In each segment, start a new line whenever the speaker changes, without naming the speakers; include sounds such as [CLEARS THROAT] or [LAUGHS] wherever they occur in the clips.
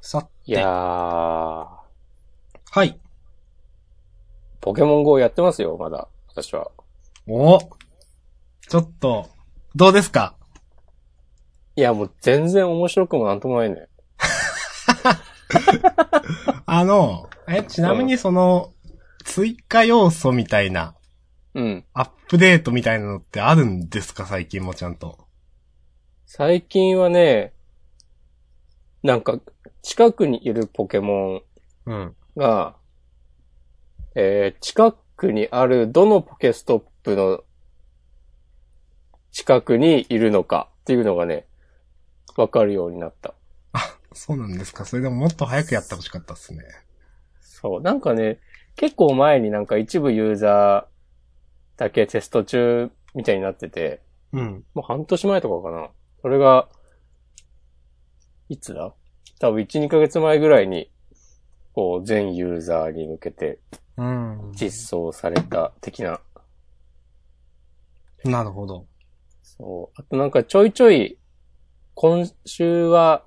さて。
いやー、
はい。
ポケモン GO やってますよ、まだ。私は。
おちょっと、どうですか
いや、もう全然面白くもなんともないね。
あの、え、ちなみにその、追加要素みたいな、
うん。
アップデートみたいなのってあるんですか最近もちゃんと。
最近はね、なんか、近くにいるポケモ
うん。
ンが、えー、近くにあるどのポケストップの近くにいるのかっていうのがね、わかるようになった。
そうなんですかそれでももっと早くやってほしかったですね。
そう。なんかね、結構前になんか一部ユーザーだけテスト中みたいになってて、
うん。
もう半年前とかかな。それが、いつだ多分1、2ヶ月前ぐらいに、こう、全ユーザーに向けて
うん。
実装された的な。
なるほど。
そう。あとなんかちょいちょい、今週は、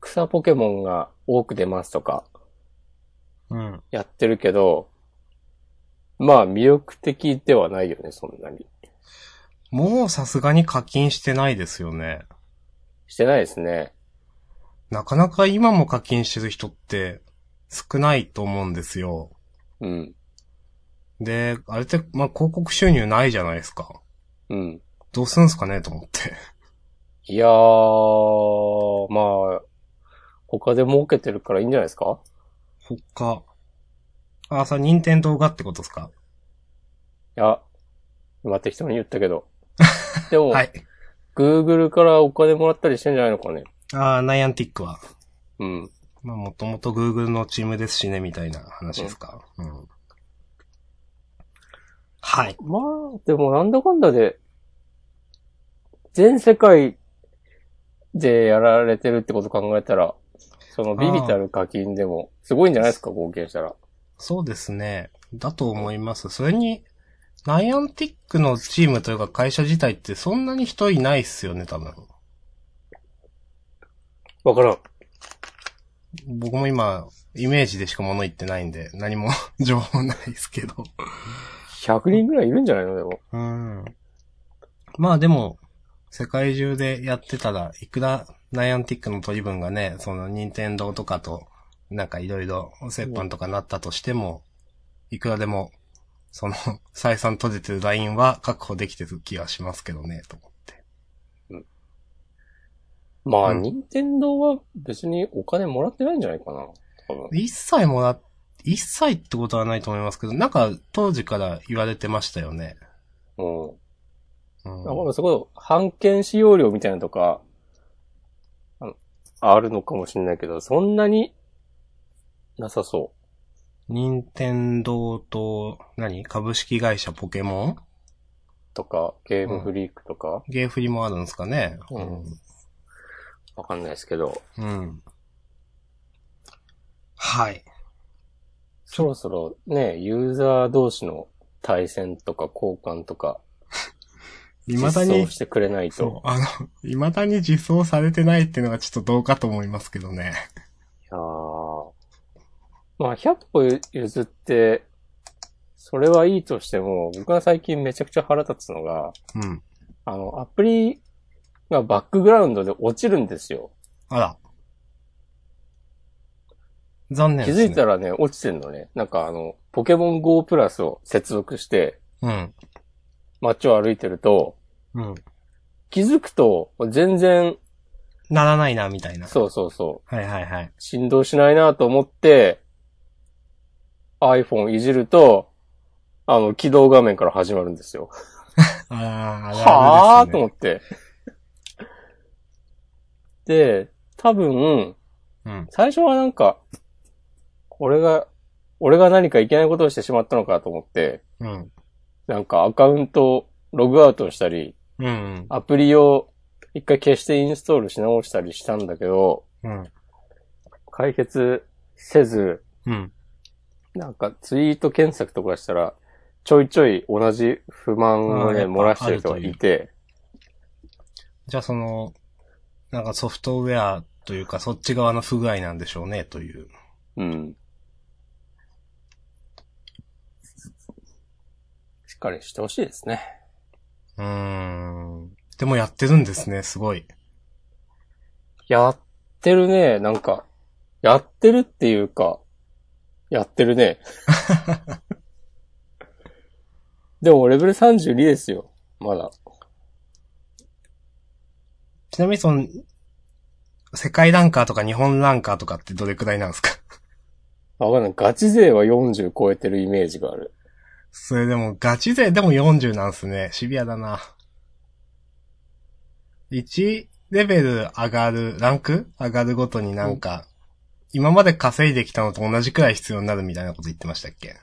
草ポケモンが多く出ますとか、
うん。
やってるけど、まあ魅力的ではないよね、そんなに。
もうさすがに課金してないですよね。
してないですね。
なかなか今も課金してる人って少ないと思うんですよ。
うん。
で、あれって、まあ、広告収入ないじゃないですか。
うん。
どうすんすかねと思って。 [LAUGHS]
いやー、まあ、他で儲けてるからいいんじゃないですか
他。あ、さ、任天堂がってことですか
いや、今適当に言った
[LAUGHS]
けど。でも、
はい。
Google からお金もらったりしてんじゃないのかね。
あ、ナイアンティックは。
うん。
まあ、もともと Google のチームですしね、みたいな話ですか。うん。はい。
まあ、でもなんだかんだで、全世界でやられてるってこと考えたら、そのビビたる課金でも、すごいんじゃないですか、貢献したら。
そうですね。だと思います。それに、ナイアンティックのチームというか会社自体ってそんなに人いないっすよね、多分。
わからん。
僕も今、イメージでしか物言ってないんで、何も [LAUGHS] 情報ないですけど。
100人ぐらいいるんじゃないのでも。
うん。まあでも、世界中でやってたら、いくらナイアンティックの取り分がね、その任天堂とかと、なんかいろいろ折半とかなったとしても、いくらでも、その、 [LAUGHS] 採算取れてるラインは確保できてる気がしますけどね、と思って。
まあ、
うん
任天堂は別にお金もらってないんじゃないかな。多分。
一切もら、一切ってことはないと思いますけど、なんか当時から言われてましたよね。
うん。
うん
だからそこ、版権使用料みたいなのとか、あのあるのかもしれないけど、そんなになさそ
任天堂と、何株式会社ポケモン
う。とか、ゲームフリークとか、
ゲーフリもあるんですかね。
うんわかんないですけど、
うん。うん。はい。
そろそろね、ユーザー同士の対戦とか交換とか、
未だに
実装、してくれないと。
そう、あの、未だに実装されてないっていうのがちょっとどうかと思いますけどね。
いやーまあ、100歩譲って、それはいいとしても、僕が最近めちゃくちゃ腹立つのが、
うん。
あの、アプリがバックグラウンドで落ちるんですよ。
あら。残念
気
です、
づ
ね。
いた
ら。
らね、落ちてんのね。なんかあの、ポケモン GO プラスを接続して、
うん。
街を歩いてると、
うん。
気づくと、全然、
ならないな、みたいな。
そうそうそう、
はいはいはい。
振動しないなと思って、iPhone いじると、あの、起動画面から始まるんですよ。
あーあるあるですね、
はぁと思って。で、多分、
うん。
最初はなんか、俺が、俺が何かいけないことをしてしまったのかと思って、
うん。
なんかアカウントをログアウトしたり、
うん。
アプリを一回消してインストールし直したりしたんだけど、
うん。
解決せず、
うん。
なんかツイート検索とかしたら、ちょいちょい同じ不満をね、
あー
漏らしてる人がいて、
じゃあその、なんかソフトウェアというか、そっち側の不具合なんでしょうね、という。
うん。しっかりしてほしいですね。
うーん。でもやってるんですね、すごい。
やってるね、なんか。やってるっていうか、やってる
[LAUGHS]
ね。でも、レベル32ですよ。まだ。
ちなみにその、世界ランカーとか日本ランカーとかってどれくらいなんですか [LAUGHS]
わかんない。ガチ勢は40超えてるイメージがある。
それでも、ガチ勢でも40なんすね。シビアだな。1レベル上がる、ランク上がるごとになんか、今まで稼いできたのと同じくらい必要になるみたいなこと言ってましたっけ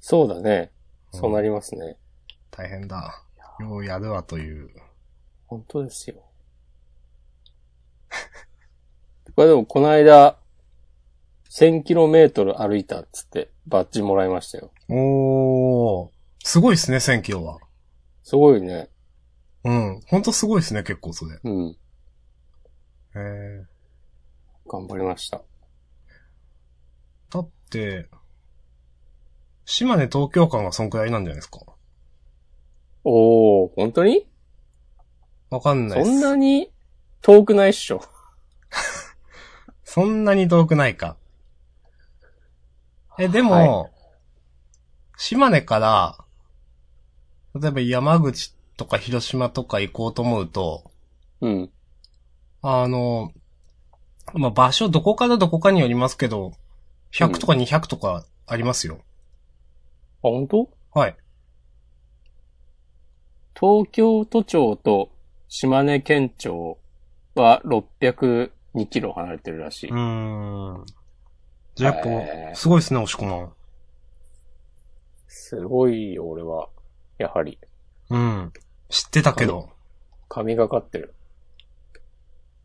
そうだね。そうなりますね。
大変だ。ようやるわという。
本当ですよ。 [LAUGHS] これでもこの間、1000km 歩いたっつってバッジもらいましたよ。
おー。すごいですね、1000キロは。
すごいね。
うん。ほんとすごいですね、結構それ。へ
うん。
え。
頑張りました。
だって、島根東京間がそんくらいなんじゃないですか
おー、本当に
わかんない
そ
っす
んなに遠くないっしょ。
そんなに遠くないか。え、でも、
は
島根から、例えば山口とか広島とか行こうと思うと、
うん。
あの、まあ、場所どこからどこかによりますけど、100とか200とかありますよ。
あ、本当
はい。
東京都庁と島根県庁は602キロ離れてるらしい。
ん。じゃあやっぱ、
へー
すごいですね、押し込まん。
すごいよ、俺は。やはり。
うん。知ってたけど、
神がかってる。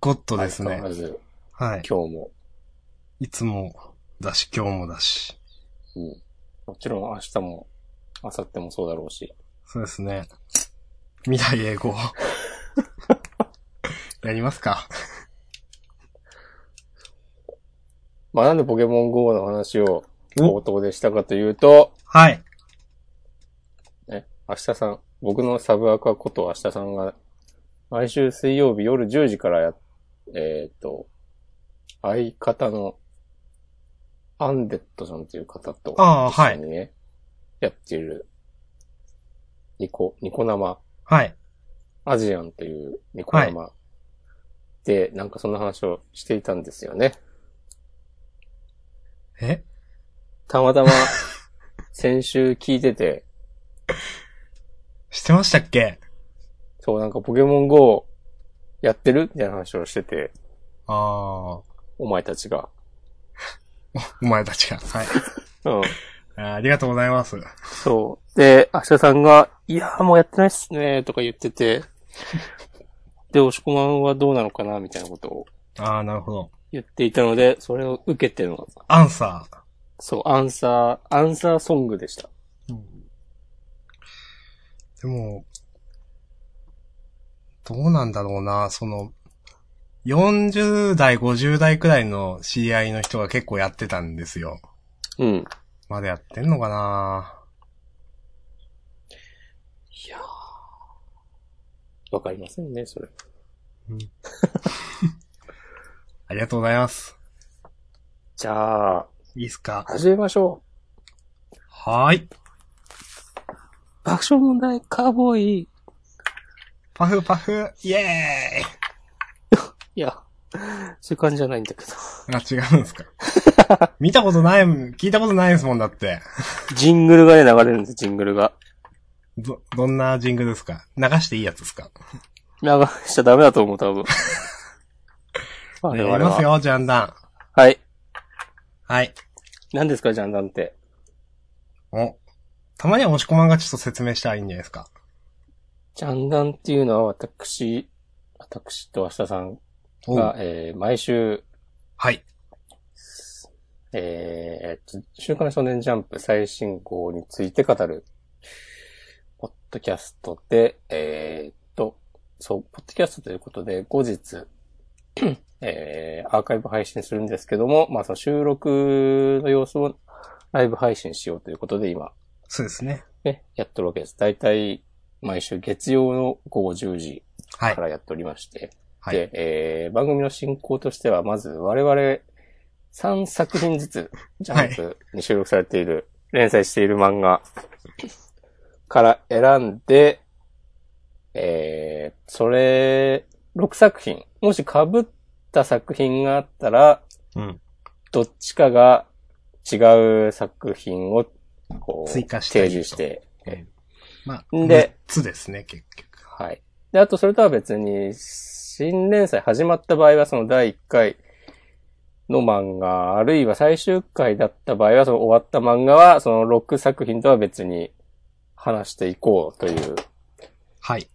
ゴッドですね
相変わ。らず
はい。
今日も。
いつもだし、今日もだし。
うん。もちろん明日も、明後日もそうだろうし。
そうですね。未来英語。 [LAUGHS] やりますか。
まあなんでポケモン GO の話を
お
冒頭でしたかというと、
はい。
ね、明日さん、僕のサブアカこと明日さんが、毎週水曜日夜10時からや、えっ、と、相方の、アンデッドさんという方と、
ああはい
一緒にね、やっている、ニコ、ニコ生、
はい。
アジアンというニコ生、で、なんかそんな話をしていたんですよね。
え
たまたま、先週聞いてて、
してましたっけ
そう、なんかポケモン GO やってるみたいな話をしてて、
ああ。お
お前たちが。
前たちが。はい。
うん。
あーありがとうございます。
そう。で、明日さんが、いやーもうやってないっすねーとか言ってて、で、押し込まんはどうなのかなみたいなことを
ああ、なるほど。
言っていたので、それを受けての、
アンサー。
そう、アンサー、アンサーソングでした。
でも、どうなんだろうな、その、40代、50代くらいの知り合いの人が結構やってたんですよ。
うん。
まだやってんのかない
やーわかりませんね、それ。
ありがとうございます。
じゃあ、
いいっすか
始めましょう。
はーい。
爆笑問題カーボーイ。
パフパフ、イエ
いや、そういう感じじゃないんだけど。
ーイあ、違うんです [LAUGHS] か見たことない、聞いたことないですもんだって。
ジングルがね、流れるんです、ジングルが。
ど、どんなジングルですか流していいやつですか
流しちゃダメだと思う、
[LAUGHS]
多分。あ
やりますよ、ジャンダン。
はい。
はい。
何ですか、ジャンダンって。
お。たまには押し込まんがちょっと説明したらいいんじゃないですか。
ジャンダンっていうのは、私、私と明日さん
お
が
う、
えー、毎週、
はい。
えー、えっと、週刊少年ジャンプ最新号について語る、ポッドキャストで、えー、っと、そう、ポッドキャストということで、後日、 [CLEARS THROAT] えー、アーカイブ配信するんですけども、まあその収録の様子をライブ配信しようということで今、
そうですね。
ね、やってるわけです。だいたい毎週月曜の午後10時
はい
か。らやっておりまして、
はい。
で、えー、番組の進行としては、まず我々3作品
[LAUGHS]
ずつ、ジャンプに収録されている、連載している漫画から選んで、えー、それ、6作品、もし被った作品があったら、
うん。
どっちかが違う作品を、こう、
追加したりと
提示して、
まあ、
で
6つですね、結局。
はい。で、あとそれとは別に、新連載始まった場合はその第1回の漫画、あるいは最終回だった場合はその終わった漫画はその6作品とは別に話していこうという
はい。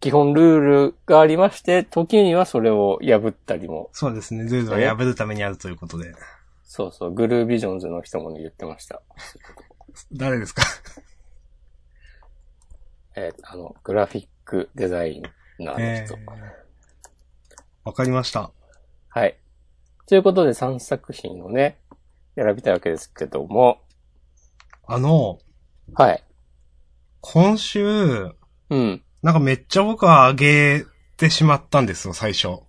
基本ルールがありまして、時にはそれを破ったりも、
そうですね。ルールを破るためにあるということで。
そうそう、グルービジョンズの人もね言ってました。
誰ですか [LAUGHS]
えーあの、グラフィックデザイナーの
え
人。
ー。わかりました。
はい。ということで3作品をね、選びたいわけですけども、
あの、
はい。
今週、
うん。
なんかめっちゃ僕は上げてしまったんですよ、最初。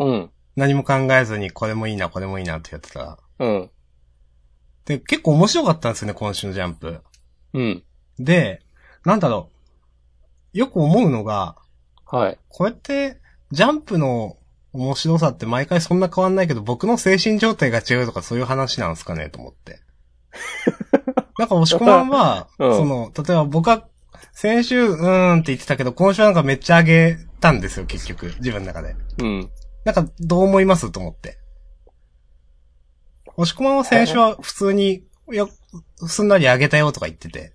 うん。
何も考えずに、これもいいな、これもいいなってやってたら。
うん。
で、結構面白かったんですよね、今週のジャンプ。
うん。
で、なんだろう。よく思うのが、
はい。
こうやって、ジャンプの面白さって毎回そんな変わんないけど、僕の精神状態が違うとかそういう話なんですかねと思
[LAUGHS]
って。なんか、押し込まんは、
うん
その、例えば僕は、先週、うーんって言ってたけど、今週はなんかめっちゃ上げたんですよ、結局。自分の中で。
うん。
なんか、どう思いますと思って。押し込まんは先週は普通に、いや、すんなり上げたよとか言ってて。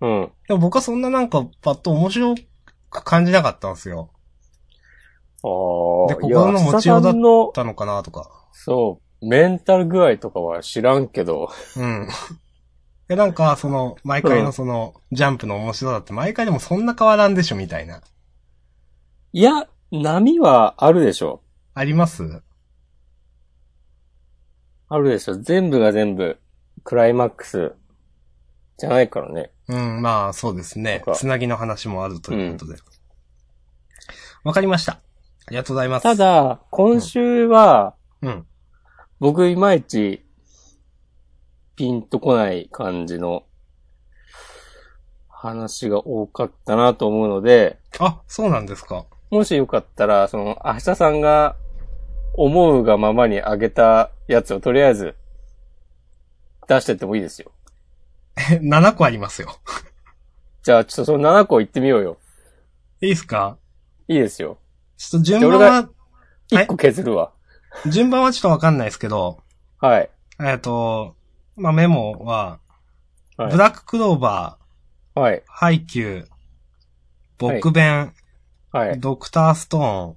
うん。
でも僕はそんななんか、パッと面白く感じなかったんですよ。
ああ。
で心の持ちようだ
いや明日さんの
あっ、たのかなとか。
そう、メンタル具合とかは知らんけど。
うん。で、なんか、その、毎回のその、ジャンプの面白さって、毎回でもそんな変わらんでしょ、みたいな。
いや、波はあるでしょ。
あります
あるでしょ。全部が全部、クライマックス、じゃないからね。
うん、まあ、そうですね
なん。か
つなぎの話もあるということで。わ、かりました。ありがとうございます。
た、だ、今週は、
うん。
僕いまいち、ピンとこない感じの、話が多かったなと思うので、
あ、そうなんですか。
もしよかったら、その、明日さんが思うがままにあげたやつをとりあえず出してってもいいですよ。
え、7個ありますよ。
じゃあ、ちょっとその7個言ってみようよ。
いいですか
いいですよ。
ちょっと順番は、はい
1個削るわ。
順番はちょっとわかんないですけど、
はい。
えっと、まあ、メモは、
はい
ブラッククローバー、
はい。
ハイキュー、僕弁、
はい。
ドクターストーン、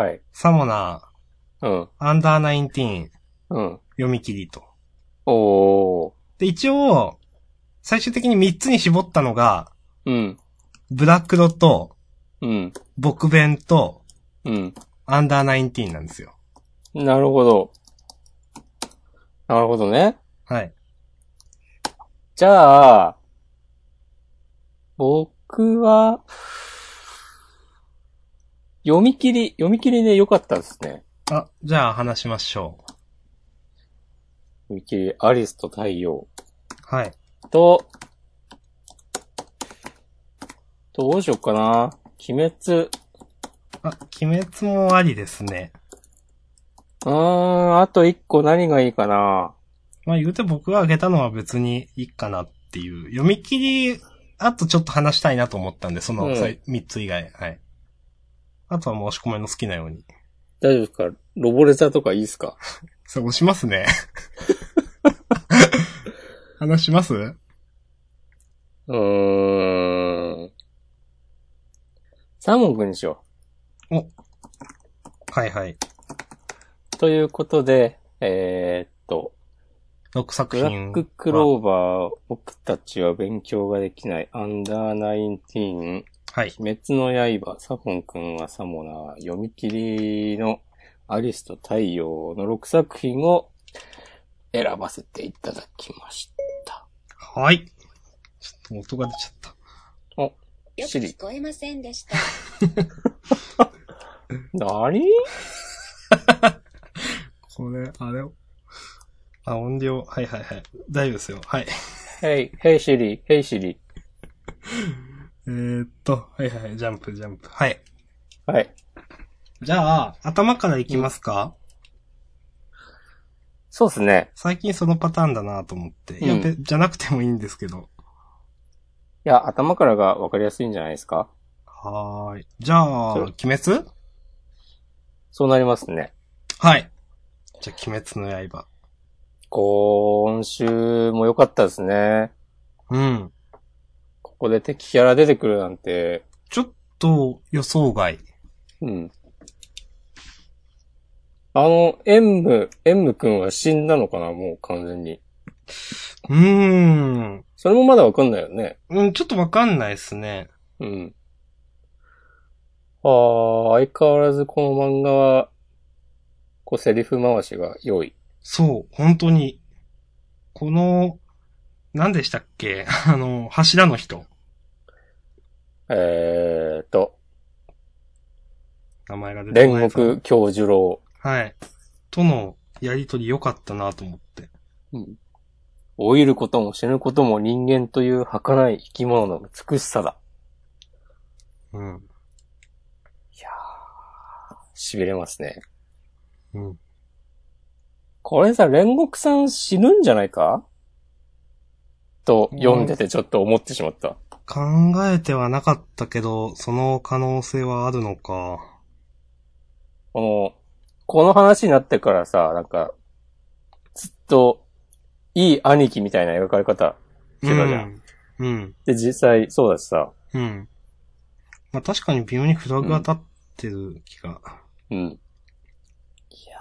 はい。
サモナ
うん。
ー、アンダーナインティーン、
うん。
読み切りと。
おー。
で、一応、最終的に3つに絞ったのが、
うん。
ブラックドと、
うん。
僕弁と、
うん。
アンダーナインティーンなんですよ。
なるほど。なるほどね。
はい。
じゃあ、僕は、読み切り、読み切りで良かったですね。
あ、じゃあ話しましょう。
読み切り、アリスと太陽
はい。
と、どうしよっかな。鬼滅。
あ、鬼滅もありですね。
うーん、あと一個何がいいかな。
まあ言うて僕が挙げたのは別にいいかなっていう。読み切り、あとちょっと話したいなと思ったんで、その
うん
3つ以外。はい。あとはもう押し込めの好きなように。
大丈夫ですかロボレザとかいいですか
それ押します [LAUGHS] ね。話します
うーん。サーモン君にしよ
はいはい。
う。ということで、えー、っと、
6作
ブラ
品。
ッククローバー、僕たちは勉強ができない、アンダーナインティーン、
はい。
鬼滅の刃、サフォン君はサモナー、読み切りのアリスと太陽の6作品を選ばせていただきました。
はい。ちょっと音が出ちゃった。
よく
シリ
聞こえませんでした。
何
これ、あれを。あ、音量。はいはいはい。大丈夫ですよ。はい。
ヘイ、ヘイシリ、ヘイシリ。
えー、っと、はいはいはい。ジャンプ、ジャンプ。はい。
はい。
じゃあ、頭からいきますか、
そうですね。
最近そのパターンだなと思って。いや、
うん
べじゃなくてもいいんですけど。
いや、頭からがわかりやすいんじゃないですか
はーい。じゃあ、
それ
鬼滅
そうなりますね。
はい。じゃあ、鬼滅の刃。
今週も良かったですね。
うん。
ここで敵キャラ出てくるなんて、
ちょっと予想外。
うん。あの、エンム、エンム君は死んだのかなもう完全に。
うーん。
それもまだわかんないよね。
うん、ちょっとわかんないですね。
うん。ああ、相変わらずこの漫画は、こうセリフ回しが良い。
そう、本当に。この、何でしたっけ [LAUGHS] あの、柱の人。
えーと、
名前が出てこ
煉
ない
獄教授郎。
はい。とのやりとり良かったなと思って。
老いることも死ぬことも人間という儚い生き物の美しさだ。
うん。
いやー、痺れますね。
うん。
これさ、煉獄さん死ぬんじゃないかと読んでてちょっと思ってしまった。
考えてはなかったけど、その可能性はあるのか。
この、この話になってからさ、なんか、ずっと、いい兄貴みたいな描かれ方。
う
違うじゃ
ん。うん。
で、実際、そうだしさ、
うん。まあ、確かに微妙にフラグが立ってる気が。
うん。いや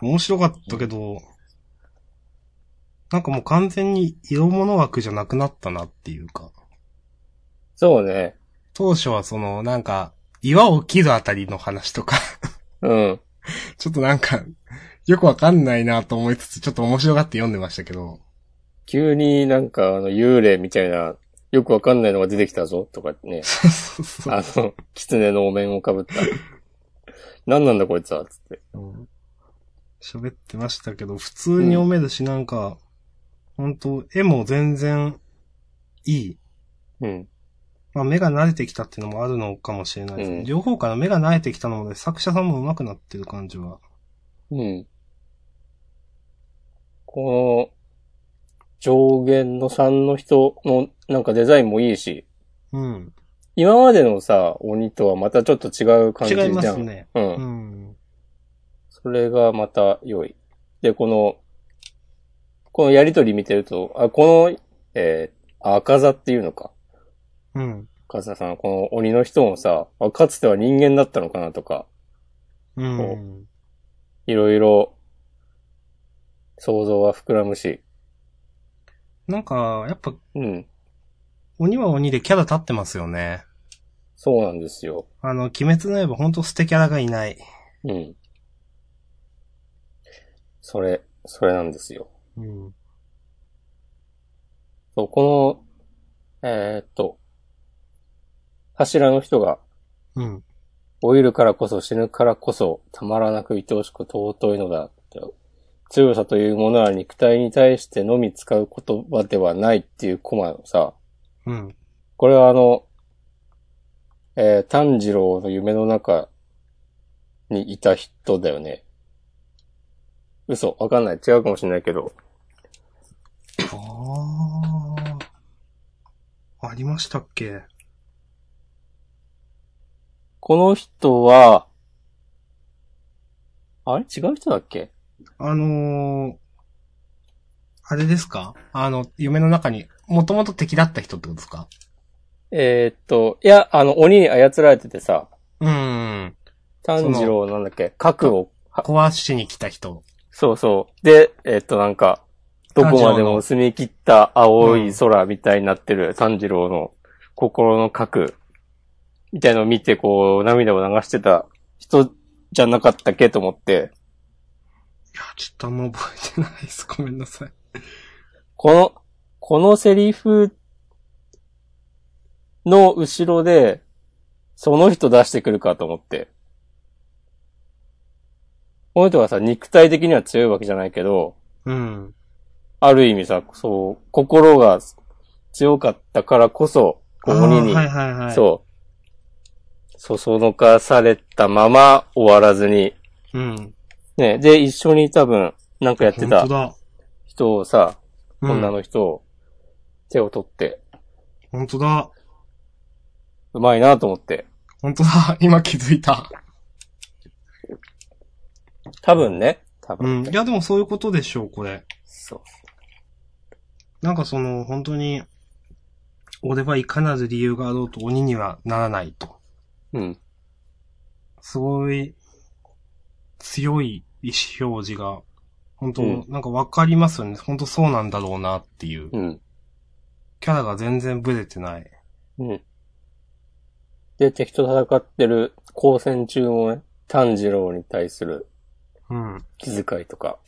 面白かったけど、なんかもう完全に色物枠じゃなくなったなっていうか。
そうね。
当初はその、なんか、岩を切るあたりの話とか、 [LAUGHS]
うん。
ちょっとなんか、よくわかんないなと思いつつ、ちょっと面白がって読んでましたけど、
急になんか、あの、幽霊みたいな、よくわかんないのが出てきたぞ、とかね。
そうそうそう
あの、狐のお面をか
[LAUGHS]
ぶった。何なんだこいつは、つって。
うん喋ってましたけど、普通に読めるし、なんか、ほんと、絵も全然いい。
うん。
まあ、目が慣れてきたっていうのもあるのかもしれないですけど、
うん
両方から目が慣れてきたので、作者さんも上手くなってる感じは。
うん。この、上限の3の人の、なんかデザインもいいし、
うん。
今までのさ、鬼とはまたちょっと違う感じじゃ
違
ん。
いますね。
う。
うんん。
それがまた良い。で、この、このやりとり見てると、あ、この、えー、あ赤座っていうのか。
うん。
カズさん、この鬼の人もさ、あかつては人間だったのかなとか、
うん。
いろいろ、想像は膨らむし。
なんか、やっぱ、
うん。
鬼は鬼でキャラ立ってますよね。
そうなんですよ。
あの、鬼滅の刃ほんと捨てキャラがいない。
うん。それ、それなんですよ。
うん。
そう、この、えーっと、柱の人が、
うん。
老いるからこそ死ぬからこそ、たまらなく愛おしく尊いのだって。強さというものは肉体に対してのみ使う言葉ではないっていうコマのさ、
うん。
これはあの、えー、炭治郎の夢の中にいた人だよね。嘘、わかんない。違うかもしれないけど。
ああ。ありましたっけ
この人は、あれ違う人だっけ
あのー、あれですかあの、夢の中に、もともと敵だった人ってことですか
えーっと、いや、あの、鬼に操られててさ、
うん。
炭治郎なんだっけ核を、は
壊しに来た人。
そうそう。で、えーっと、なんか、どこまでも澄み切った青い空みたいになってる炭治郎の心の核みたいのを見てこう涙を流してた人じゃなかったっけと思って、
いや、ちょっとあんま覚えてないです。ごめんなさい。
この、このセリフの後ろで、その人出してくるかと思って。この人がさ、肉体的には強いわけじゃないけど、
うん。
ある意味さ、そう、心が強かったからこそ、ここに
あー
に、
はいはいはい。
そう、そそのかされたまま終わらずに、
う。うん。
ね、で、一緒に多分、なんかやってた
本当だ。
人をさ、
うん
女の人を手を取って、
本当だ。
うまいなと思って。
本当だ。 [LAUGHS] 今気づいた。
多分ね。多
う
分。
ん。いや、でもそういうことでしょう、これ。
そう。
なんかその、本当に、俺はいかなる理由があろうと鬼にはならないと。
うん。
すごい、強い意思表示が、本当、
うん
なんかわかりますよね。本当そうなんだろうなっていう。
うん。
キャラが全然ブレてない。
うん。で、敵と戦ってる交戦中もね、炭治郎に対する
うん。
気遣いとか、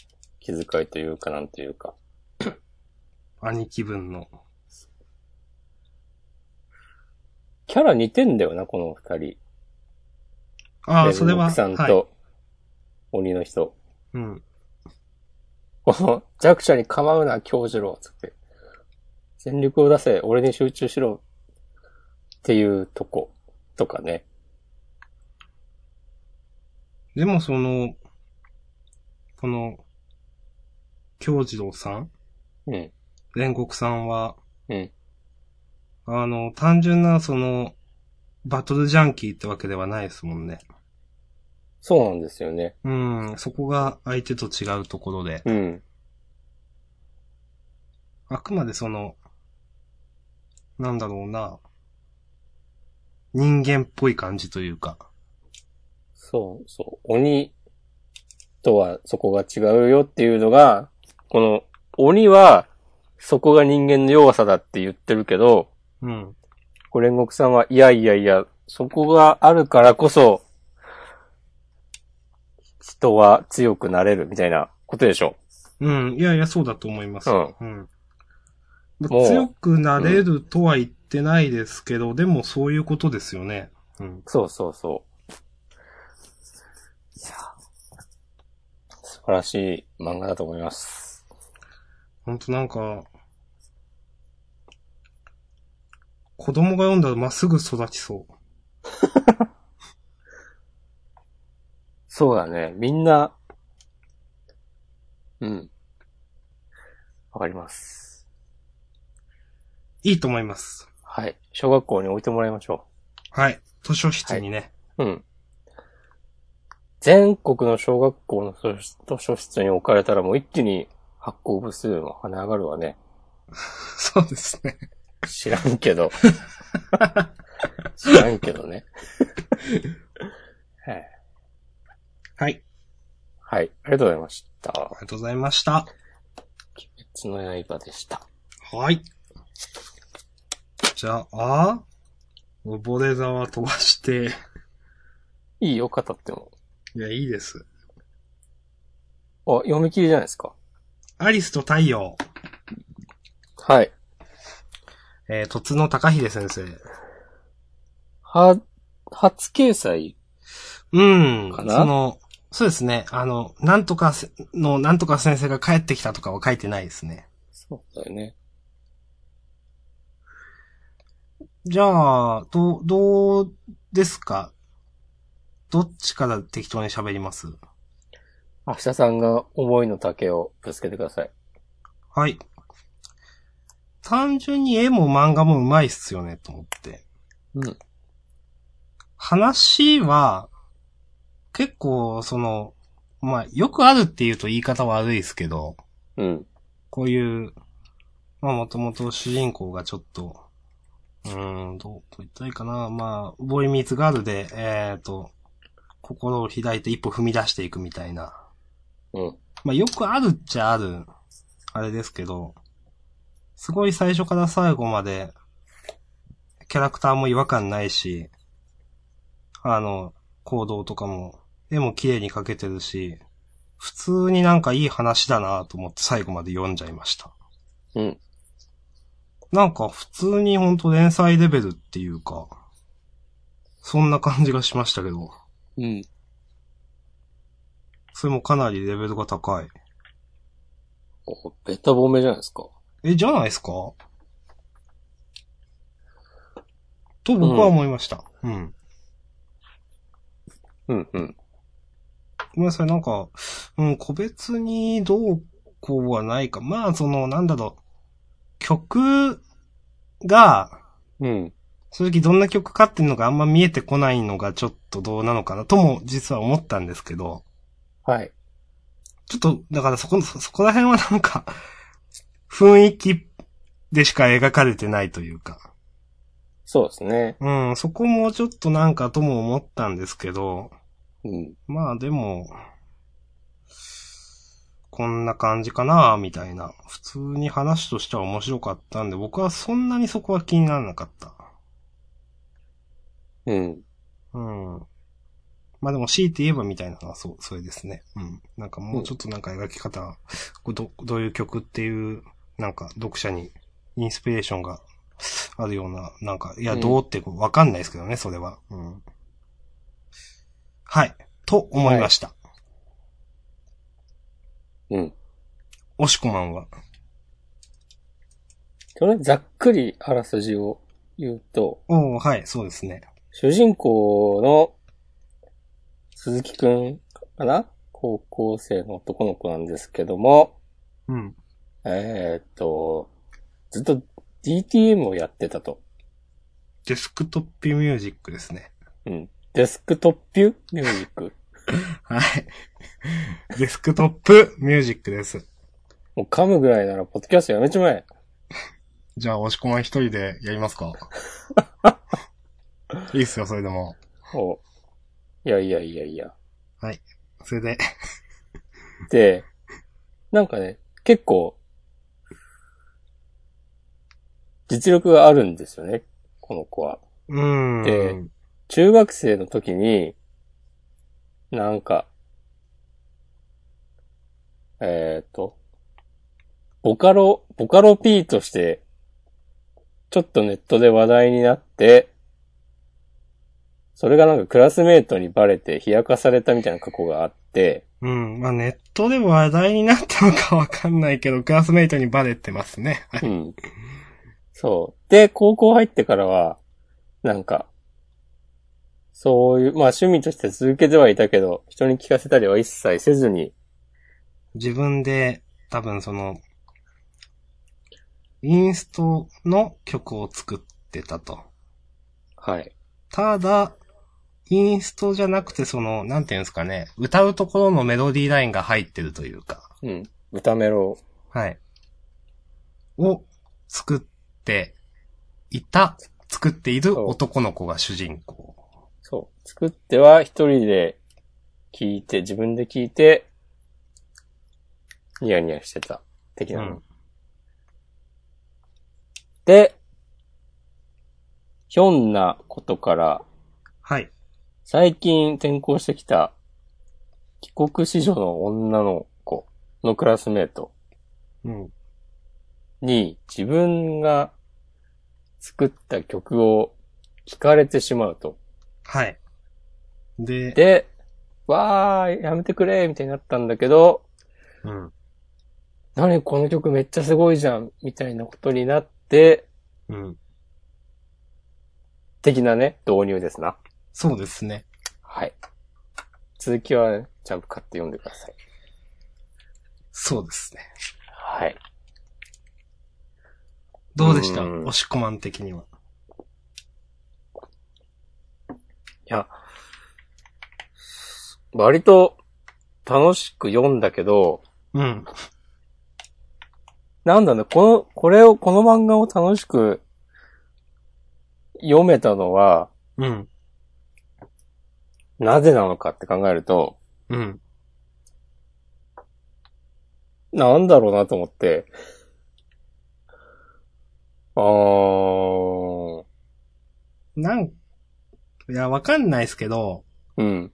気遣いというかなんていうか。
兄貴分の。
キャラ似てんだよな、この二人。
あ
レ
あ、
ズ
それは。
ノクさん
はい、
と、鬼の人。 [LAUGHS]
うん。
この弱者に構うな、京次郎つって。全力を出せ、俺に集中しろ。っていうとこ。とかね。
でもその、この、京次郎さん
うん。
煉獄さんは、
うん。
あの、単純なその、バトルジャンキーってわけではないですもんね。
そうなんですよね。
うん、そこが相手と違うところで、
うん。
あくまでその、なんだろうな、人間っぽい感じというか。
そうそう。鬼とはそこが違うよっていうのが、この鬼はそこが人間の弱さだって言ってるけど、
うん。
これ煉獄さんはいやいやいや、そこがあるからこそ、人は強くなれるみたいなことでしょ。
うん、いやいや、そうだと思います。
うん
んまあ
もう
強くなれるとは言ってないですけど、でもそういうことですよね。うん。
そうそうそう。いや素晴らしい漫画だと思います。
ほんとなんか、子供が読んだらまっすぐ育ちそう。
そうだね。みんな、うん。わかります。
いいと思います。
はい。小学校に置いてもらいましょ
はい。図書室にね。
う。うん。全国の小学校の図書図書室に置かれたらもう一気に発行部数も跳ね上がるわね。
[LAUGHS] そうですね。
知らんけど。知らんけどね。はい
はい。
はい。ありがとうございました。
ありがとうございました。
別の刃でした。
はい。じゃあ、溺れ沢飛ばして、
いいよ、語っても。
いや、いいです。
あ、読み切りじゃないですか。
アリスと太陽、
はい。
えー、とつの高秀先生。
は、初掲載
うん。
かな
その、そうですね。あの、なんとかせの、なんとか先生が帰ってきたとかは書いてないですね。
そうだよね。
じゃあ、どう、どうですかどっちから適当に喋ります
明日さんが思いの丈をぶつけてください。
はい。単純に絵も漫画も上手いっすよね、と思って。
うん。
話は、結構、その、まあ、よくあるっていうと言い方は悪いですけど、
うん。
こういう、まあ、もともと主人公がちょっと、うーん、どうと言ったらいいかな。まあ、ボーイミーツガールで、えっ、と、心を開いて一歩踏み出していくみたいな。
うん。
まあ、よくあるっちゃある、あれですけど、すごい最初から最後まで、キャラクターも違和感ないし、あの、行動とかも絵も綺麗に描けてるし、普通になんかいい話だなと思って最後まで読んじゃいました。
うん。
なんか普通にほんと連載レベルっていうか、そんな感じがしましたけど、
うん。
それもかなりレベルが高い。
おベタ褒めじゃないですか。
え、じゃないですかと僕は思いました。うん。
うんうん。
ごめんなさい、なんか、うん、個別にどうこうはないか。まあ、その、なんだろう、曲が、
うん。
正直どんな曲かっていうのがあんま見えてこないのがちょっとどうなのかなとも実は思ったんですけど、
はい。
ちょっと、だからそこ、そそこら辺はなんか、雰囲気でしか描かれてないというか。
そうですね。
うん、そこもちょっとなんかとも思ったんですけど、
うん。
まあでも、こんな感じかな、みたいな。普通に話としては面白かったんで、僕はそんなにそこは気にならなかった。
うん。
うん。まあでも強いて言えばみたいなのはそう、それですね。うん。なんかもうちょっとなんか描き方、こうど、どういう曲っていう、なんか読者にインスピレーションがあるような、なんか、いや、
うん
どうってこうわかんないですけどね、それは。うん。はい。と思いました。
うん。
おしこまんは。
それざっくりあらすじを言うと、
おー、はい、そうですね。
主人公の鈴木くんかな高校生の男の子なんですけども、
うん。
えーっと、ずっと DTM をやってたと。
デスクトップミュージックですね。
うん。デスクトップミュージック。
[LAUGHS] はい。デスクトップミュージックです。
もう噛むぐらいなら、ポッドキャストやめちまえ。
じゃあ、押し込まん一人でやります [LAUGHS] かいいっすよ、それでも。
おいやいやいやいや。
それで。
で、なんかね、結構、実力があるんですよね、この子は。
うーん。
で中学生の時に、なんか、えっ、と、ボカロ、ボカロ P として、ちょっとネットで話題になって、それがなんかクラスメートにバレて冷やかされたみたいな過去があって、
うん。まあ、ネットで話題になったのかわかんないけど、クラスメイトにバレてますね。はい
うん。そう。で、高校入ってからは、なんか、そういう、まあ趣味として続けてはいたけど、人に聞かせたりは一切せずに、
自分で、多分その、インストの曲を作ってたと。
はい。
ただ、インストじゃなくて、その、なんていうんですかね、歌うところのメロディーラインが入ってるというか、
うん。歌メロ、
はい。を作っていた、作っている男の子が主人公。
そう。作っては一人で聞いて、自分で聞いて、ニヤニヤしてた、的なの。
うん
で、ひょんなことから、
はい。
最近転校してきた、帰国子女の女の子のクラスメート
うん。
に自分が作った曲を聞かれてしまうと。
はい。で、
で、わー、やめてくれ、みたいになったんだけど、
うん。
何この曲めっちゃすごいじゃん、みたいなことになって、
うん。
的なね、導入ですな。
そうですね。
はい。続きは、ね、ジャンプ買って読んでください。
そうですね。
はい。
どうでした
うん
押し込まん的には。
いや、割と楽しく読んだけど、
うん。
なんだろうね、この、これを、この漫画を楽しく読めたのは、
うん。
なぜなのかって考えると、
うん。
なんだろうなと思って。あー、
なん、いや、わかんないですけど、
うん、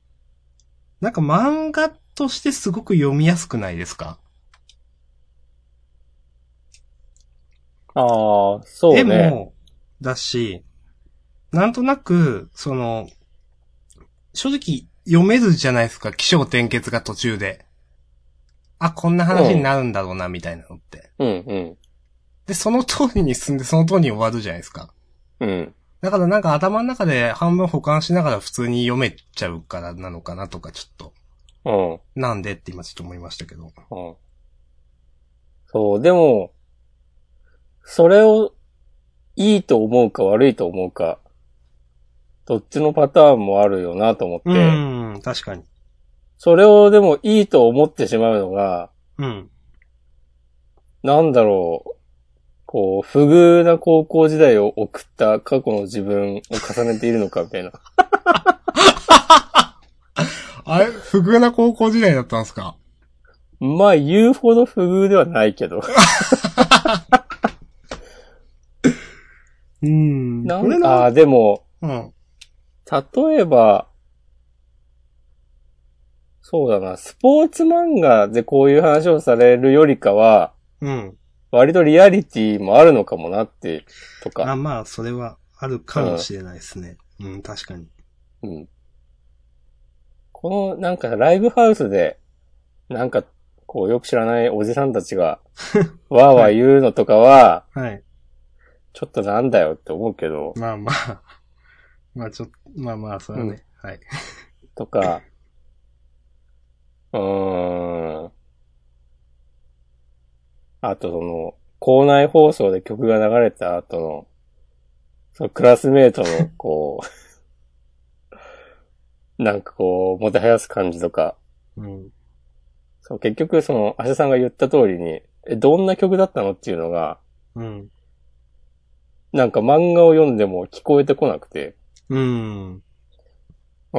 なんか漫画としてすごく読みやすくないですか
ああ、そうね。
絵も、だし、なんとなく、その、正直読めずじゃないですか、気象転結が途中で。あ、こんな話になるんだろうな、みたいなのって。
うん、
で、その通りに進んで、その通りに終わるじゃないですか。
うん。うん。
だからなんか頭の中で半分保管しながら普通に読めちゃうからなのかなとか、ちょっと。
うん。
なんでって今ちょっと思いましたけど。
うん。そう、でも、それをいいと思うか悪いと思うか、どっちのパターンもあるよなと思って、
うん、確かに。
それをでもいいと思ってしまうのが、
うん。
なんだろう、こう、不遇な高校時代を送った過去の自分を重ねているのかみたいな。 [LAUGHS]
あれ、不遇な高校時代だったんですか
まあ、言うほど不遇ではないけど。
うん。
なんか、でも、
うん。
例えば、そうだな、スポーツ漫画でこういう話をされるよりかは、
うん。
割とリアリティもあるのかもなって、と
あ、
か。
まあ、それはあるかもしれないですね。うん、確かに。
うん、この、なんかライブハウスで、なんか、こう、よく知らないおじさんたち [LAUGHS] が、わーわー言うのとかは、
はい。
ちょっとなんだよって思うけど、
まあまあ。 [LAUGHS] まあちょっと、まあまあ、それはね。はい。
とか、うーん。あとその、校内放送で曲が流れた後の、そのクラスメイトの、こう、 [LAUGHS] なんかこう、もてはやす感じとか、
うん。
そう結局その、アシャさんが言った通りに、え、どんな曲だったのっていうのが、
うん。
なんか漫画を読んでも聞こえてこなくて、
うん。
うー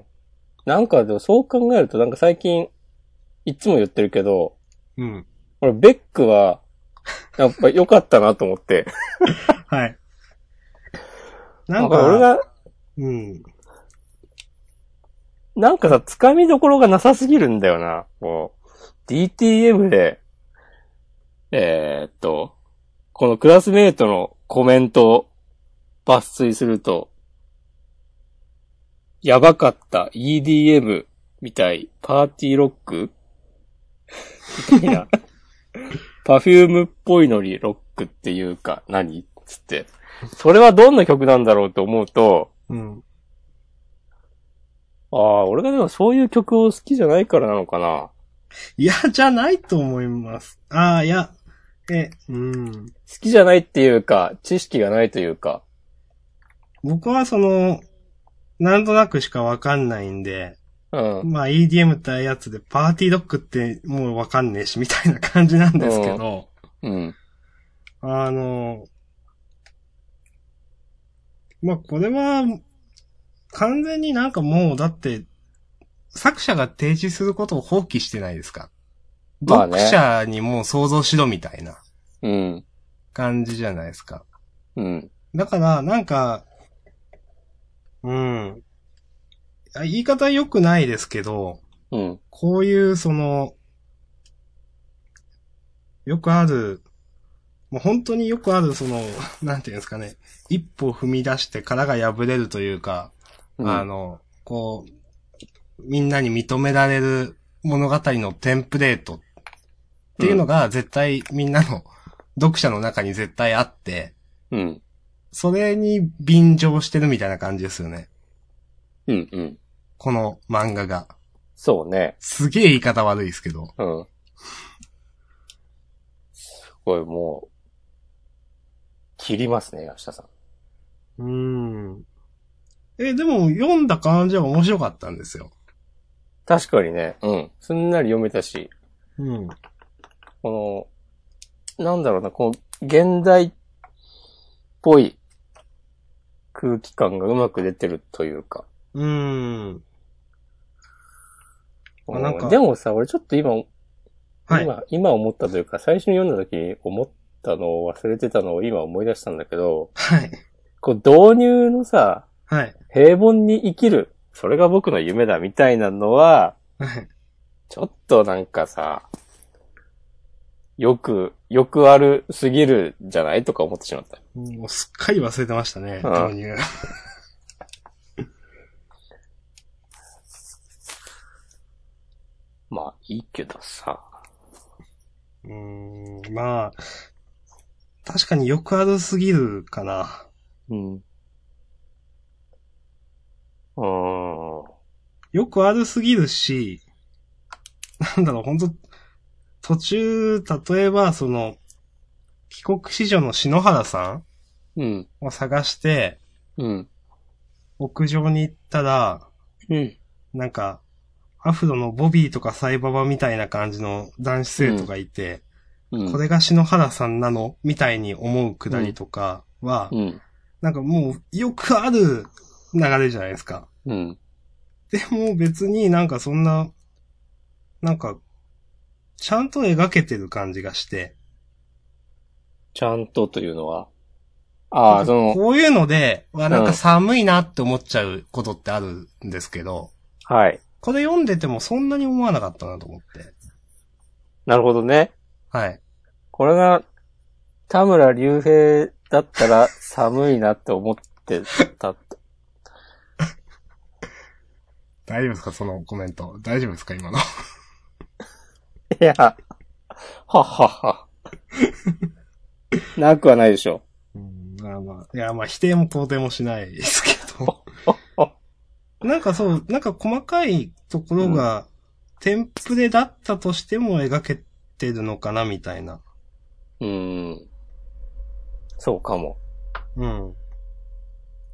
ん。なんかでもそう考えると、なんか最近、いつも言ってるけど、
うん。
俺、ベックは、やっぱ良かったなと思って。
はい。な
[LAUGHS] なんんか俺
か、
が、
うん。
なんかさ、掴みどころがなさすぎるんだよな。もう、DTM で、えーっと、このクラスメイトのコメントを抜粋すると、やばかった EDM みたい、パーティーロックみたいな。パフュームっぽいのにロックっていうか何、つって。それはどんな曲なんだろうと思うと、
うん。
ああ、俺がでもそういう曲を好きじゃないからなのかな。
いや、じゃないと思います。ああ、いや、え、うん。
好きじゃないっていうか、知識がないというか。
僕はその、なんとなくしかわかんないんで、
うん。
まあ EDM ってやつでパーティードッグってもうわかんねえしみたいな感じなんですけど、
うん。
あの、まあこれは、完全になんかもうだって、作者が提示することを放棄してないですか、
まあね
読者にもう想像しろみたいな
うん。
感じじゃないですか。
うん。
だから、なんか、うん。あ言い方良くないですけど、
うん。
こういう、その、よくある、もう本当によくある、その、 [LAUGHS] なんていうんですかね、一歩踏み出して殻が破れるというか、あの、こう、みんなに認められる物語のテンプレートっていうのが絶対みんなの [LAUGHS] 読者の中に絶対あって、
うん。
それに便乗してるみたいな感じですよね。
うん。うん。
この漫画が。
そうね。
すげえ言い方悪いですけど。
うん。すごい、もう、切りますね、明日さん。
うん。え、でも読んだ感じは面白かったんですよ。
確かにね。うん。すんなり読めたし、
うん。
この、なんだろうな、この、現代っぽい空気感がうまく出てるというか。
うん。あなんか
でもさ、俺ちょっと今、
はい。
今、今思ったというか、最初に読んだ時に思ったのを忘れてたのを今思い出したんだけど、
はい。
こう導入のさ、
はい。
平凡に生きる、それが僕の夢だみたいなのは、
はい
ちょっとなんかさ、よく、よくあるすぎるんじゃないとか思ってしまった。
もうすっかり忘れてましたね、
うん
導入。
まあ、いいけどさ。
うーん、まあ、確かによくあるすぎるかな。
うん。うーん。
よくあるすぎるし、なんだろう、本当途中、例えば、その、帰国子女の篠原さ
うん。
んを探して、
うん。
屋上に行ったら、
うん。
なんか、アフロのボビーとかサイババみたいな感じの男子生徒がいて、
うん。
これが篠原さんなのみたいに思うくだりとかは、
うん。
なんかもう、よくある流れじゃないですか。
うん。
でも別になんかそんな、なんか、ちゃんと描けてる感じがして。
ちゃんとというのは。ああ、その、
こういうので、わなん
うん
か寒いなって思っちゃうことってあるんですけど、
はい。
これ読んでてもそんなに思わなかったなと思って。
なるほどね。
はい。
これが、田村隆平だったら寒いなって思ってた。
大丈夫ですかそのコメント。大丈夫ですか今の。
いや、はっはっ [LAUGHS] は。なくはないでしょ。
うん、まあまあ。いや、まあ否定も肯定もしないですけ [LAUGHS] ど。なんかそう、なんか細かいところが、テンプレだったとしても描けてるのかなみたいな。
うーん。そうかも。
うん。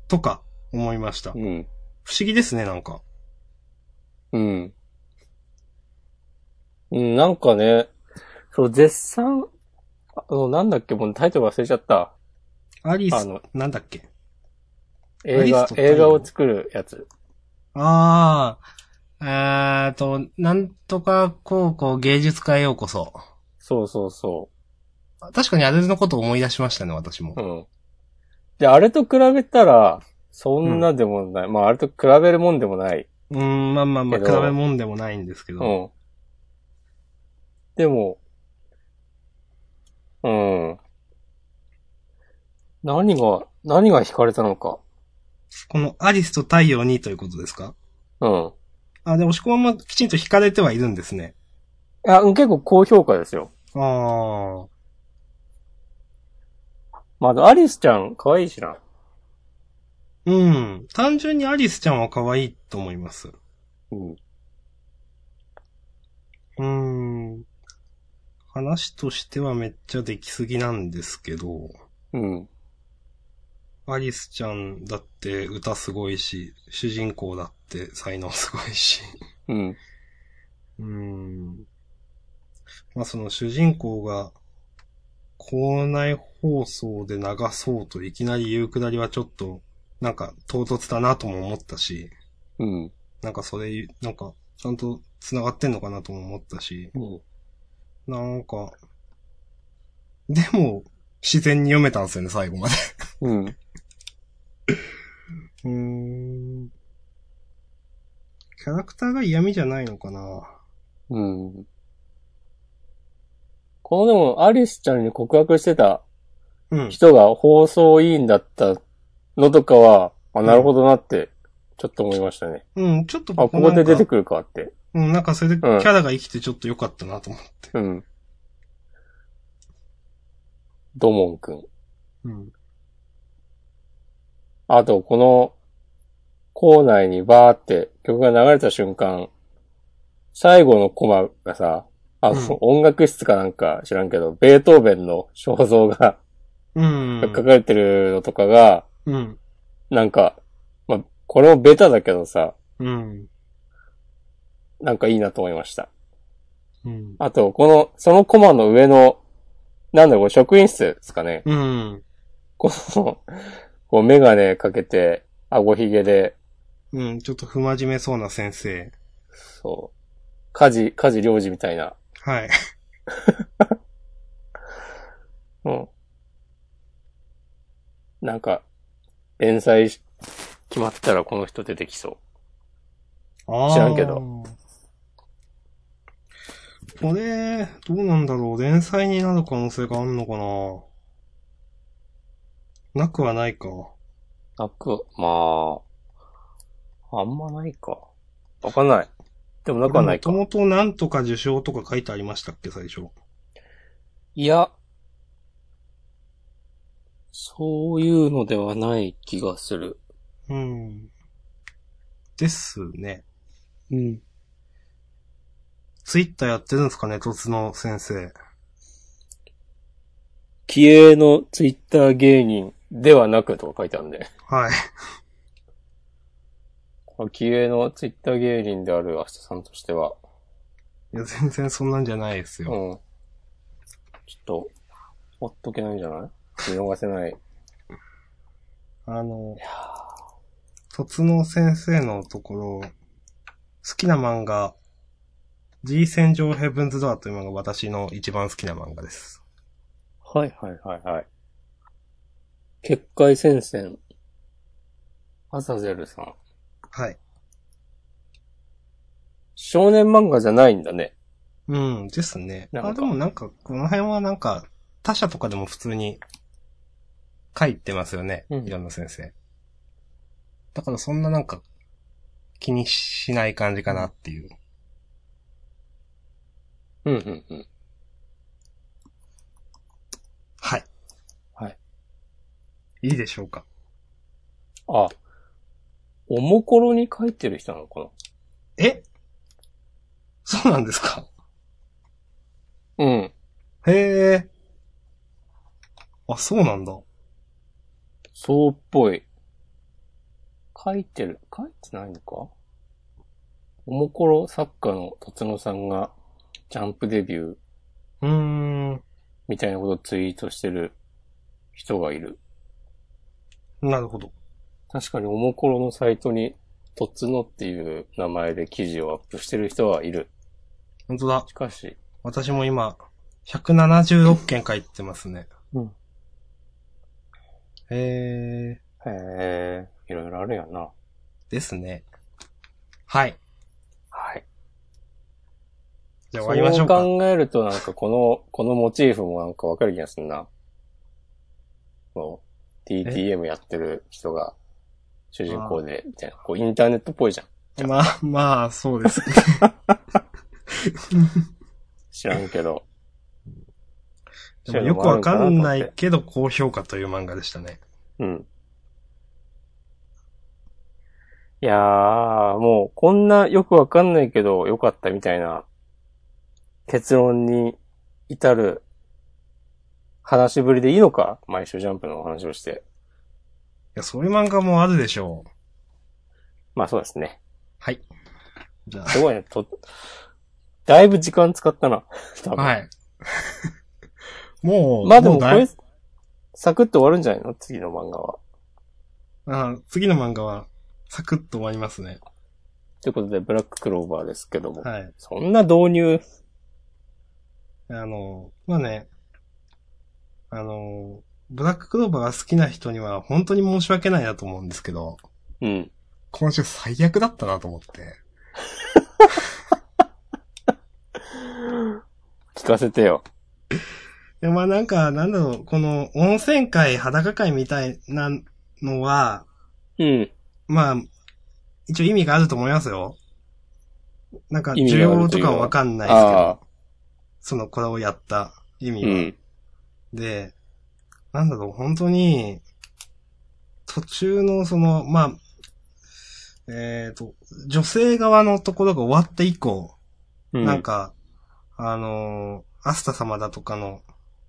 とか、思いました。不
う
思
ん。
議ですね、なんか。
うん。うん、なんかね、そう、絶賛、あの、なんだっけ、もうタイトル忘れちゃった。
アリ
あ
ス
の、
なんだっけア
映
リ
画
スと、太陽
映画を作るやつ。
ああ、えーと、なんとか高校芸術家へようこそ。
そうそうそ
確かにあれのことを思い出しましたね、私も
う。う。ん。で、あれと比べたら、そんなでもない。まあ、あれと比べるもんでもない。
うーん、まあまあまあ、
け
比
ど
べもんでもないんですけ
う
ど。
ん。でも、うん。何が、何が惹かれたのか。
このアリスと太陽にということですか
うん。
あ、でも、押し込まもきちんと惹かれてはいるんですね。
いや、うん結構高評価ですよ。
ああ、
まああと、アリスちゃん、可愛いしな。
うん。単純にアリスちゃんは可愛いと思います。
うん。
うーん。話としてはめっちゃできすぎなんですけど、
うん。
アリスちゃんだって歌すごいし、主人公だって才能すごいし。
うん。
うーん。まあその主人公が、校内放送で流そうといきなり言うくだりはちょっと、なんか唐突だなとも思ったし、
うん。
なんかそれ、なんかちゃんと繋がってんのかなとも思ったし、
うん。
なんか、でも、自然に読めたんですよね、最後まで。
うん。
うーん。キャラクターが嫌味じゃないのかな
うん。このでも、アリスちゃんに告白してた
うん。
人が放送委員だったのとかは、あ、なるほどなって、ちょっと思いましたね。
うん、ちょっと
あ、ここで出て
く
くるかって。
うん、なんかそれでキ
うん
ャラが生きてちょっと良かったなと思って。
うん。ドモンくん。
うん。
あと、この、校内にバーって曲が流れた瞬間、最後のコマがさ、あ、
うん
音楽室かなんか知らんけど、ベートーベンの肖像が
うん。
書かれてるのとかが、
うん。
なんか、まあ、これもベタだけどさ、
うん。
なんかいいなと思いました。
うん。
あと、この、そのコマの上の、なんだろう、これ職員室ですかね。
うん。
この、こうメガネかけて、顎ひげで、
うん。ちょっと不真面目そうな先生。
そう、家事、家事領事みたいな。
はい。
うん。なんか、連載し決まったらこの人出てきそ
あー
知らんけど。
これ、どうなんだろう。連載になる可能性があるのかななくはないか。
なく、まあ、あんまないか。わかんない。でもなくはないか。
もともとなんとか受賞とか書いてありましたっけ、最初。
いや、そういうのではない気がする。
うん。ですね。
うん。
ツイッターやってるんですかね、突の先生。
気鋭のツイッター芸人ではなくとか書いてあるんで。
はい。
気鋭のツイッター芸人である明日さんとしては、
いや、全然そんなんじゃないです
うん。ち
よ。
ょっと、ほっとけないんじゃない見逃せない。
あの、卒の先生のところ、好きな漫画、G 戦場ヘブンズドアという漫画、私の一番好きな漫画です。
はいはいはいはい。結界戦線。アザゼルさん。
はい。
少年漫画じゃないんだね。
うん、ですね。
なるほ
あ、
ど
でもなんか、この辺はなんか、他社とかでも普通に書いてますよね。
うん
いろんな先生。だからそんななんか、気にしない感じかなっていう。
うんうんうん。
はい。
はい。
いいでしょうか。
あ、おもころに書いてる人なのかな
えそうなんですか
うん。
へえ。あ、そうなんだ。
そうっぽい。書いてる。書いてないのかおもころ作家の辰野さんがジャンプデビュー
うーん。
みたいなことをツイートしてる人がいる。
なるほど。
確かにおもころのサイトに辰野っていう名前で記事をアップしてる人はいる。
本当だ。
しかし、
私も今、176件書いてますね。
うん。
へえ。
へえ、いろいろあるやんな。
ですね。はい。
はい。
じゃあ終わりまし
そ
ょ
う
うか。
考えるとなんかこの、 [LAUGHS] このモチーフもなんかわかる気がするな。こう、DTM やってる人が主人公で、みたいな。こうインターネットっぽいじゃん。
まあ、まあ、そう
[LAUGHS]
ですね。
知らん
[LAUGHS]
けど。
でもよくわかんないけど、高評価という漫画でしたね。
うん。いやー、もうこんなよくわかんないけどよかったみたいな結論に至る話しぶりでいいのか毎週ジャンプのお話をして。
いや、そういう漫画もあるでしょう。
まあそうですね。
はい。じゃ
すごいね。と、だいぶ時間使ったな。 [LAUGHS] 多
あ、
分
はい。 [LAUGHS] もう、
まあで
も
も
う
こ
だい
れ、サクッと終わるんじゃないの次の漫画は。
あ次の漫画は、サクッと終わりますね。
ということで、ブラッククローバーですけども。
はい。
そんな導入。
あの、まあね、あの、ブラッククローバーが好きな人には本当に申し訳ないなと思うんですけど、
うん。
今週最悪だったなと思って。
聞かせてよ。
で、まあなんか、なんだろう、この温泉会、裸会みたいなのは、
うん。
まあ、一応意味があると思いますよ。なんか、
意味
需
がある
要
とい
と
う
か
のは
はわかんないですけ
ああ
ど、。その、これをやった意味
う
は。
ん。
で、なんだろう、本当に、途中のその、まあ、えっ、と、女性側のところが終わって以降、
うん。
なんか、あのーアスタ様だとかの、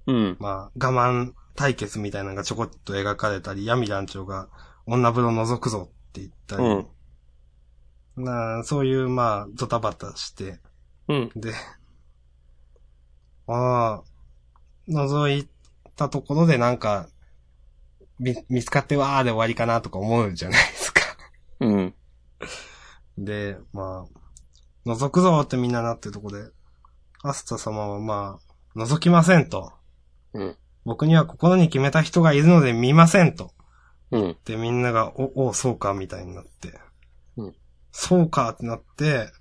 うん。
まあ、我慢対決みたいなのがちょこっと描かれたり、闇団長が女風呂覗くぞって言ったり、
うん
なあそういう、まあ、ドタバタして、
うん。
で、ああ、覗いたところでなんか、見、見つかってわーで終わりかなとか思うじゃないですか。 [LAUGHS]
うん。
で、まあ、覗くぞってみんななってるとこで、アスタ様はまあ、覗きませんと。
うん
僕には心に決めた人がいるので見ませんと。
うん。
で、みんなが、お、お、そうか、みたいになって。
うん
そうかってなって、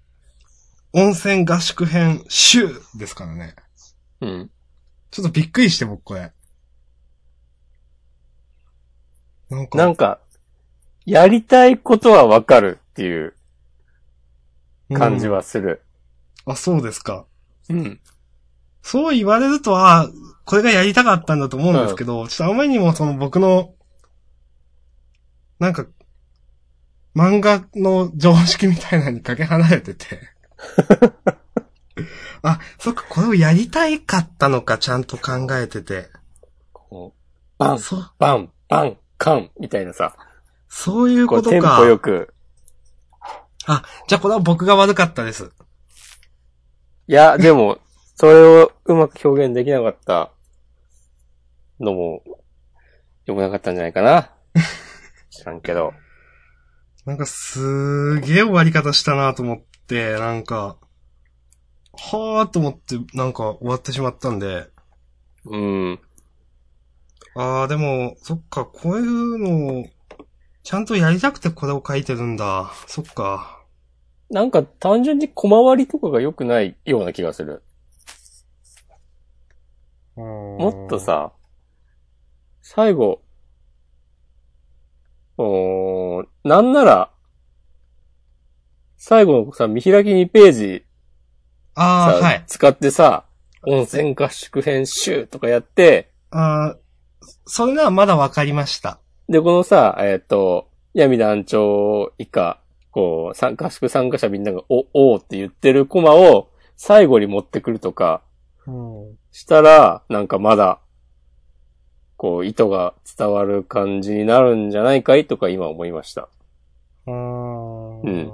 温泉合宿編、シューですからね。
うん。
ちょっとびっくりして、僕これ。なんか、
なんか、やりたいことはわかるっていう感じはする。
うん、あ、そうですか。
うん。
そう言われると、あこれがやりたかったんだと思うんですけど、ちょっとあまりにもその僕の、なんか、漫画の常識みたいなのにかけ離れて
[LAUGHS]
て。あ、そっか、これをやりたいかったのか、ちゃんと考えてて。
こうバン、
そう、
バン、バン、カンみたいなさ、
そういう
こ
こ
う
と
テンポ
か。
よく。
あ、じゃあこれは僕が悪かったです。
いや、でも、それをうまく表現できなかったのも、良くなかったんじゃないか [LAUGHS] な。知らんけど。
なんかすーげえ終わり方したなと思って、なんか、はーと思って、なんか終わってしまったんで、
うん。
ああ、でも、そっか、こういうのを、ちゃんとやりたくてこれを書いてるんだ。そっか。
なんか単純に小回りとかが良くないような気がする。も
も
っと。さ、最後、おーなんなら、最後のさ、見開き2ページさ、
ああ、はい。
使ってさ、温泉合宿編集とかやって、
ああ、それならまだわかりました。
で、このさ、えっ、と、闇団長以下、こう、参加、合宿参加者みんなが、お、おーって言ってるコマを最後に持ってくるとか、
うん。
したら、なんかまだ、こう、意図が伝わる感じになるんじゃないかいとか今思いました。
う
うん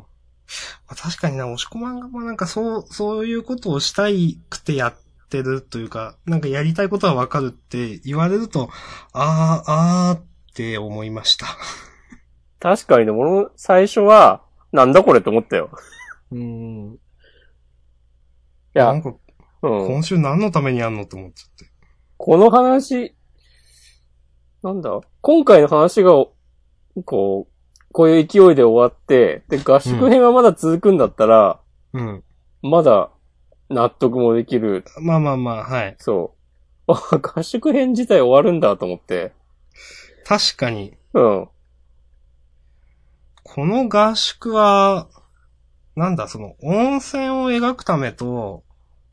まあ確かにな、押し込まんがもなんかそう、そういうことをしたいくてやってるというか、なんかやりたいことはわかるって言われると、ああ、ああって思いました。
確かにでも、俺も最初は、なんだこれって思ったよ。
うん。い
い
や、な
や
ん、か
うん。
今週何のためにやんのと思っちゃって。
この話、なんだ今回の話が、こう、こういう勢いで終わって、で、合宿編がまだ続くんだったら、
うん。
まだ納得もできる。
まあまあまあ、はい。
そう。あ合宿編自体終わるんだと思って。
確かに、
うん。
この合宿は、なんだ、その、温泉を描くためと、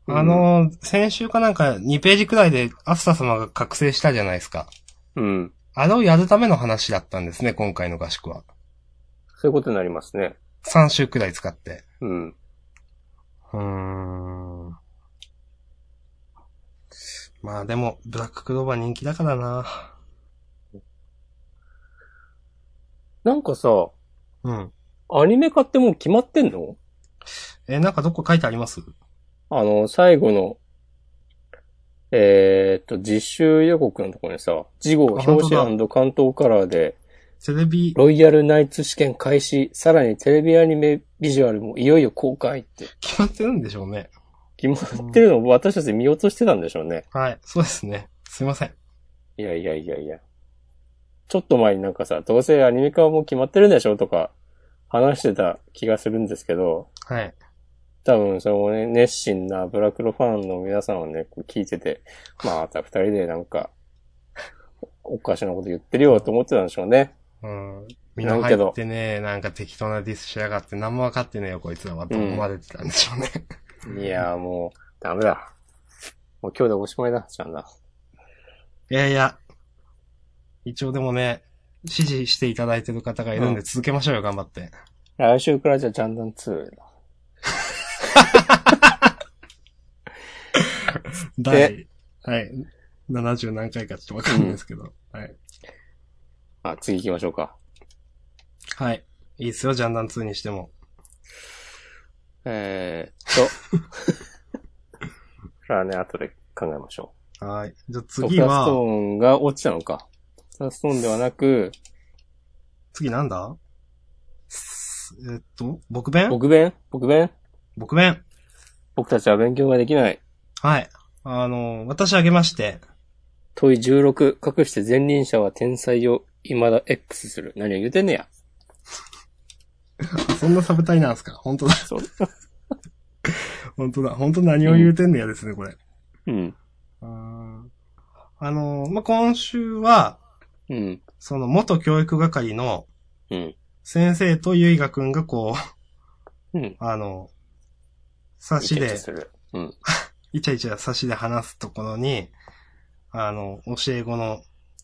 あの、先週かなんか2ページくらいで、アスタ様が覚醒したじゃないですか。
うん。
あれをやるための話だったんですね、今回の合宿は。
そういうことになりますね。
3週くらい使って。
うん。
うーん。まあでも、ブラッククローバー人気だからな。
なんかさ、
うん。
アニメ化ってもう決まってんの
え、なんかどこ書いてあります
あの、最後の、えーっと、実習予告のところにさ、次号
あ
表
本当
紙
だ
関東カラーで、
テレビ、
ロイヤルナイツ試験開始、さらにテレビアニメビジュアルもいよいよ公開って、
決まってるんでしょうね。
決まってるのを私たち見落としてたんでしょうね。
はい、そうですね。すいません。
いやいやいやいや。ちょっと前になんかさ、どうせアニメ化はもう決まってるんでしょとか、話してた気がするんですけど、
はい。
多分、そのね、熱心なブラクロファンの皆さんはね、こう聞いてて、また二人でなんか、おかしなこと言ってるよと思ってたんでしょうね。
うん。みんな入ってね、なんか適当なディスしやがって、何も分かってねえよ、こいつらは、と思われてたんでしょうね。
いやーもう、ダメだ。もう今日でおしまいだ、ちゃんな。
いやいや。一応でもね、支持していただいてる方がいるんで、
う
続けましょうよ、頑張って。
来週からじゃあ、ジャンダン2。
第、はい。70何回かちょっとわかんないですけど。はい。
あ、次行きましょうか。
はい。いいっすよ、ジャンダン2にしても。
えーっと。 [LAUGHS] それはね、後で考えましょ
はい。じゃあ
う。ドク
次
タースト
は、
ーンが落ちたのか。ドクターストーンではなく、
次なんだすえっと、僕弁
僕弁僕弁
僕弁。
僕たちは勉強ができない。
はい。あの、私あげまして、
問い16、かくして前任者は天才を未だ X する。何を言うてんねや。
そんなサブタイなんですか本当だ。
そう。
[LAUGHS] 本当だ。本当何を言うてんのやですね、これ。
うん。
ああの、まあ、今週は、
うん。
その元教育係の
うん。
先生とゆいがくんがこ
う
[LAUGHS]
ん。
う、あの、差し
イチャイチ
で
ャ、する。うん。
イチャイチャ差しで話すところに、あの、教え子の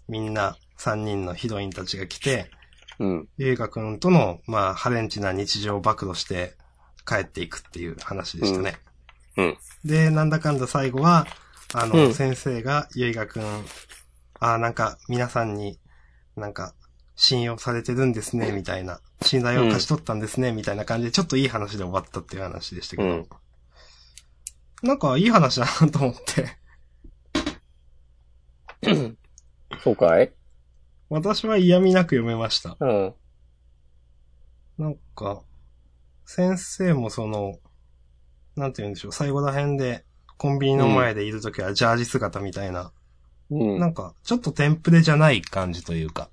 みんな3人のヒロインたちが来て、
うん。
ゆいがくんとの、まあ、ハレンチな日常を暴露して帰っていくっていう話でしたね。
うんうん
で、なんだかんだ最後は、あの、
うん
先生がゆいがくん、ああ、なんか皆さんになんか信用されてるんですね、みたいな。信頼を勝ち取ったんですね、みたいな感じで、ちょっといい話で終わったっていう話でしたけど。
うん
なんかいい話だなと思って。
そうかい
私は嫌味なく読めました。
うん。
なんか、先生もその、なんて言うんでしょう、最後ら辺で、コンビニの前でいるときはジャージ姿みたいな、
うん。
なんか、ちょっとテンプレじゃない感じというか、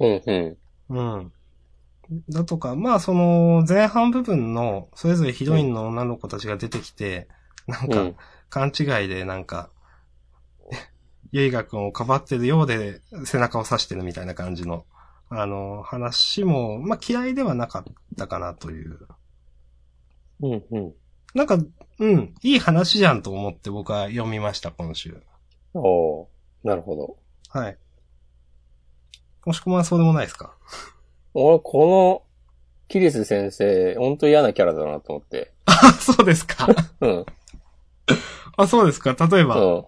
うん。うん。
うん。だとか、まあその、前半部分の、それぞれヒロインの女の子たちが出てきて、なん
う
か、勘
ん。
違いでなんか、ゆいがくんをかばってるようで背中を刺してるみたいな感じの、あの、話も、まあ嫌いではなかったかなという。
うん。うん。
なんか、うん、いい話じゃんと思って僕は読みました、今週。
おーなるほど。
はい。もしくはそうでもないですか
俺、この、キリス先生、ほんと嫌なキャラだなと思って。
あ、そうです [LAUGHS] か。
うん。
あ、そうですか。例えば。
うん。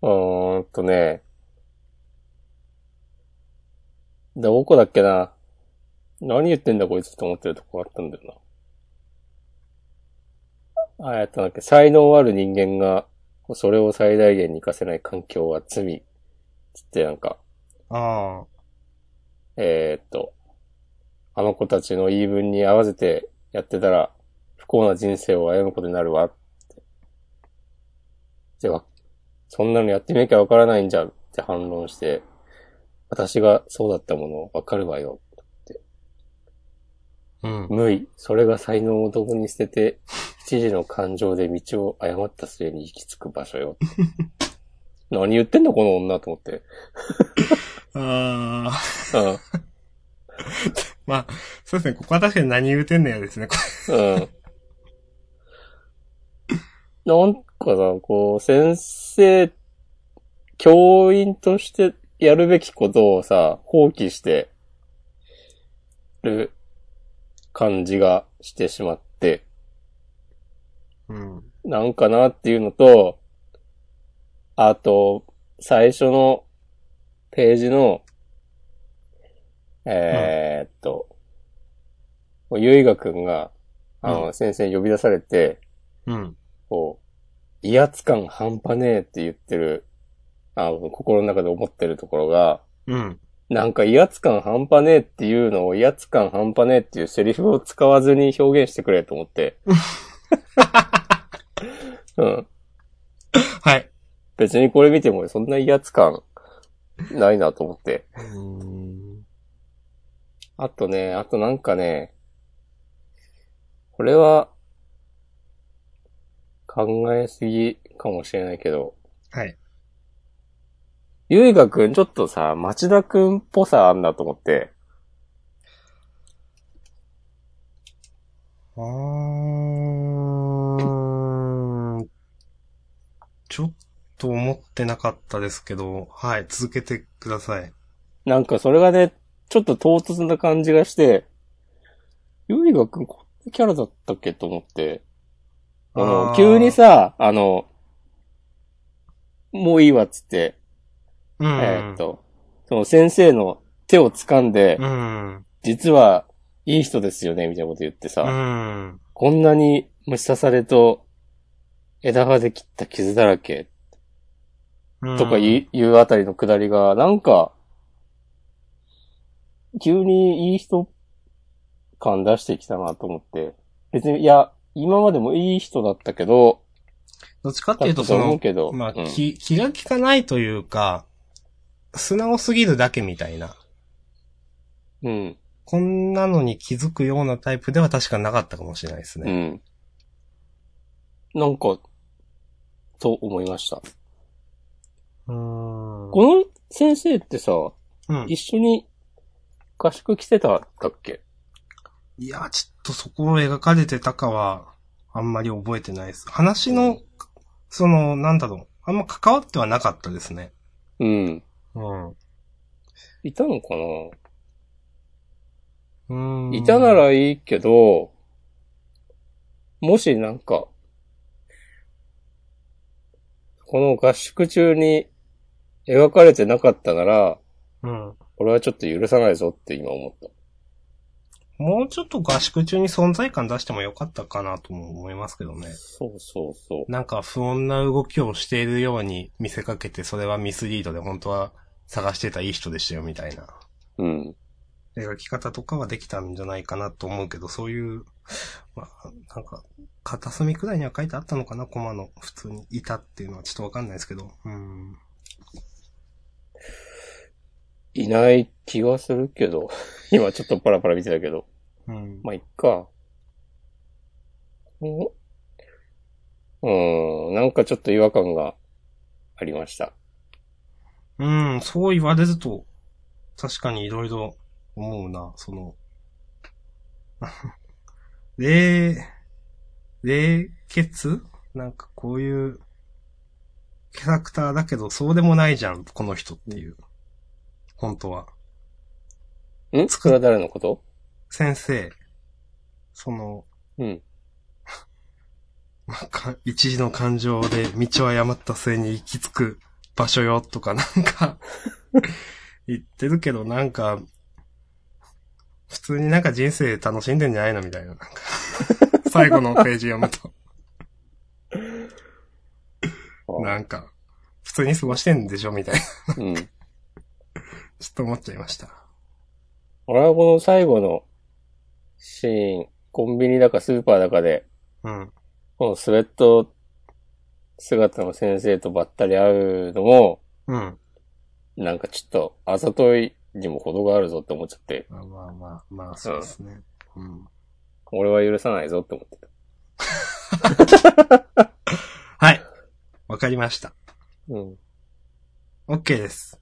うーんとね。どこだっけな。何言ってんだこいつと思ってるとこあったんだよな。ああ、やったんだっけ。才能ある人間が、それを最大限に活かせない環境は罪。つってなんか、
あ
えーっと、あの子たちの言い分に合わせてやってたら、不幸な人生を歩むことになるわって。では、そんなのやってみなきゃわからないんじゃって反論して、私がそうだったものわかるわよ。
あ。うん。
無意、それが才能をどこに捨てて、一時の感情で道を誤った末に行き着く場所よ。何言ってんのこの女と思って。
ああ。
うん。
まあ、そうですね。ここは確かに何言うてんのやですね。こ
うん。なんかさ、こう、先生、教員としてやるべきことをさ、放棄してる感じがしてしまって、
れうん。
なんかなっていうのと、あと、最初のページの、えーっと、ゆいがくんが、あの、
う
先生に呼び出されて、
うん。
こう、威圧感半端ねえって言ってる、あの、心の中で思ってるところが、
うん。
なんか威圧感半端ねえっていうのを威圧感半端ねえっていうセリフを使わずに表現してくれと思って。うん。
はい。
別にこれ見てもそんな威圧感ないなと思って。
うん。
あとね、あとなんかね、これは考えすぎかもしれないけど、
はい。
ゆいがくんちょっとさ、町田くんっぽさあんなと思って、
あーん。ちょっと思ってなかったですけど、はい。続けてください。
なんかそれがね、ちょっと唐突な感じがして、ゆいがくんこんなキャラだったっけと思って、あの、
あー
急にさ、あの、もういいわっつって、
うん。
えーっと、その先生の手を掴んで、
うん。
実はいい人ですよね、みたいなこと言ってさ、
うん。
こんなに虫刺されと枝葉で切った傷だらけとか言い,、うあたりのくだりが、なんか、急にいい人感出してきたなと思って、別に、いや、今までもいい人だったけど、
どっちかってい
だっ
う
た
と、
と
そ
思う
の、
けど、
まあ、
うん
気、気が利かないというか、素直すぎるだけみたいな。
うん。
こんなのに気づくようなタイプでは確かなかったかもしれないです
う
ね。
ん。なんか、と思いました。
うん。
この先生ってさ、
うん。
一緒に合宿来てたんだっけ
いや、ちょっとそこを描かれてたかは、あんまり覚えてないです。話の、その、なんだろう。あんま関わってはなかったですね。
うん。
うん。
いたのか
うん。
な、いたな、らいいけど、もしなんか、この合宿中に描かれてなかったなら、
うん。
俺はちょっと許さないぞって今思った。
もうちょっと合宿中に存在感出してもよかったかなとも思いますけどね。
そうそうそう。
なんか不穏な動きをしているように見せかけて、それはミスリードで本当は探してたいい人でしたよみたいな
うん。
描き方とかはできたんじゃないかなと思うけど、そういう、まあ、なんか、片隅くらいには書いてあったのかな、コマの普通にいたっていうのはちょっとわかんないですけど。うん。
いない気がするけど。 [LAUGHS] 今ちょっとパラパラ見てたけど。
うん。
まあ、いっか。おうーん、なんかちょっと違和感がありました。
うん、そう言われると、確かにいろいろ思うな、その、 [LAUGHS] 霊、霊血なんかこういう、キャラクターだけど、そうでもないじゃん、この人っていう。本当は。
んそれは誰の [LAUGHS] こと
先生、その、
うん。
なんか、一時の感情で道を誤った末に行き着く場所よとかなんか、言ってるけどなんか、普通になんか人生楽しんでんじゃないのみたいな。なんか最後のページ読むと、なんか、普通に過ごしてんでしょみたいな。ちょ
うん。
っと思っちゃいました。
俺はこの最後のシーン、コンビニだかスーパーだかで、
うん。
このスウェット姿の先生とばったり会うのも、
うん。
なんかちょっと、あざといにも程があるぞって思っちゃって、
まあまあまあ、まあそうですね。うん。
俺は許さないぞって思ってた。
はい。わかりました。
うん。
OK です。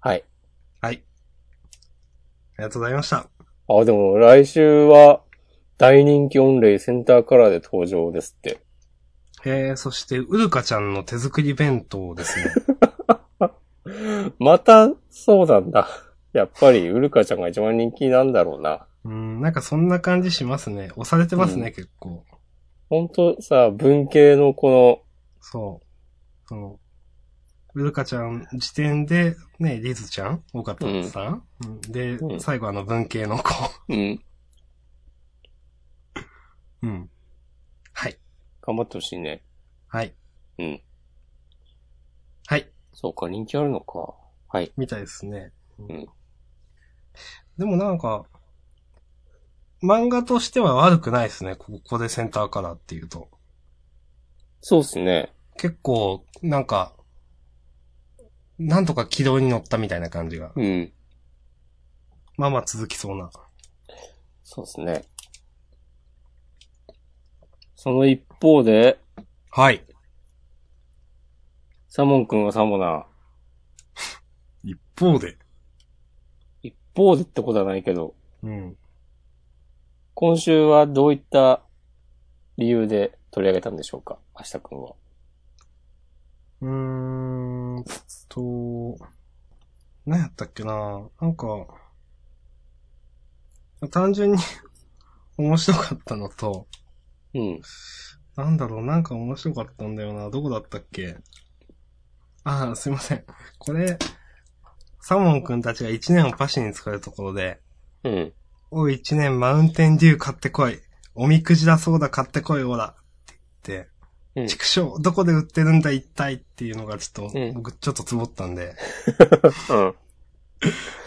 はい。
はい。ありがとうございました。
あ、でも来週は大人気御礼センターカラーで登場ですって。
えー、そして、うるかちゃんの手作り弁当です [LAUGHS] ね。
また、そうなんだ。 [LAUGHS] やっぱり、ウルカちゃんが一番人気なんだろうな。
うん、なんかそんな感じしますね。押されてますね、
うん
結構。
ほんとさ、文系のこ
そう。その、うるかちゃん時点で、ね、リズちゃん多かったさん、うんで、
うん
最後あの文系の子。 [LAUGHS]
の、うん、
うん。はい。
頑張ってほしいね。
はい。
うん。
はい。
そうか、人気あるのか。はい。
みたいですね。
ん
でもなんか、漫画としては悪くないですね。ここでセンターカラーっていうと。
そうっすね。
結構、なんか、なんとか軌道に乗ったみたいな感じが。
うん。
まあまあ続きそうな。
そうっすね。その一方で、
はい。
サモン君はサモナー。
一方で。
一方でってことはないけど、
うん。
今週はどういった理由で取り上げたんでしょうか明日くんは。
うーんと、何やったっけななんか、単純に [LAUGHS] 面白かったのと、
うん。
なんだろう、なんか面白かったんだよな。どこだったっけああ、すいません。これ、サモンくんたちが1年をパシに使うところで、
うん。
おい、一年マウンテンデュー買ってこい。おみくじだそうだ買ってこい、オラ。って
う
言
ん
って、畜生、どこで売ってるんだ、一体っていうのがちょっと、
うん
僕ちょっとつぼったんで。
うん。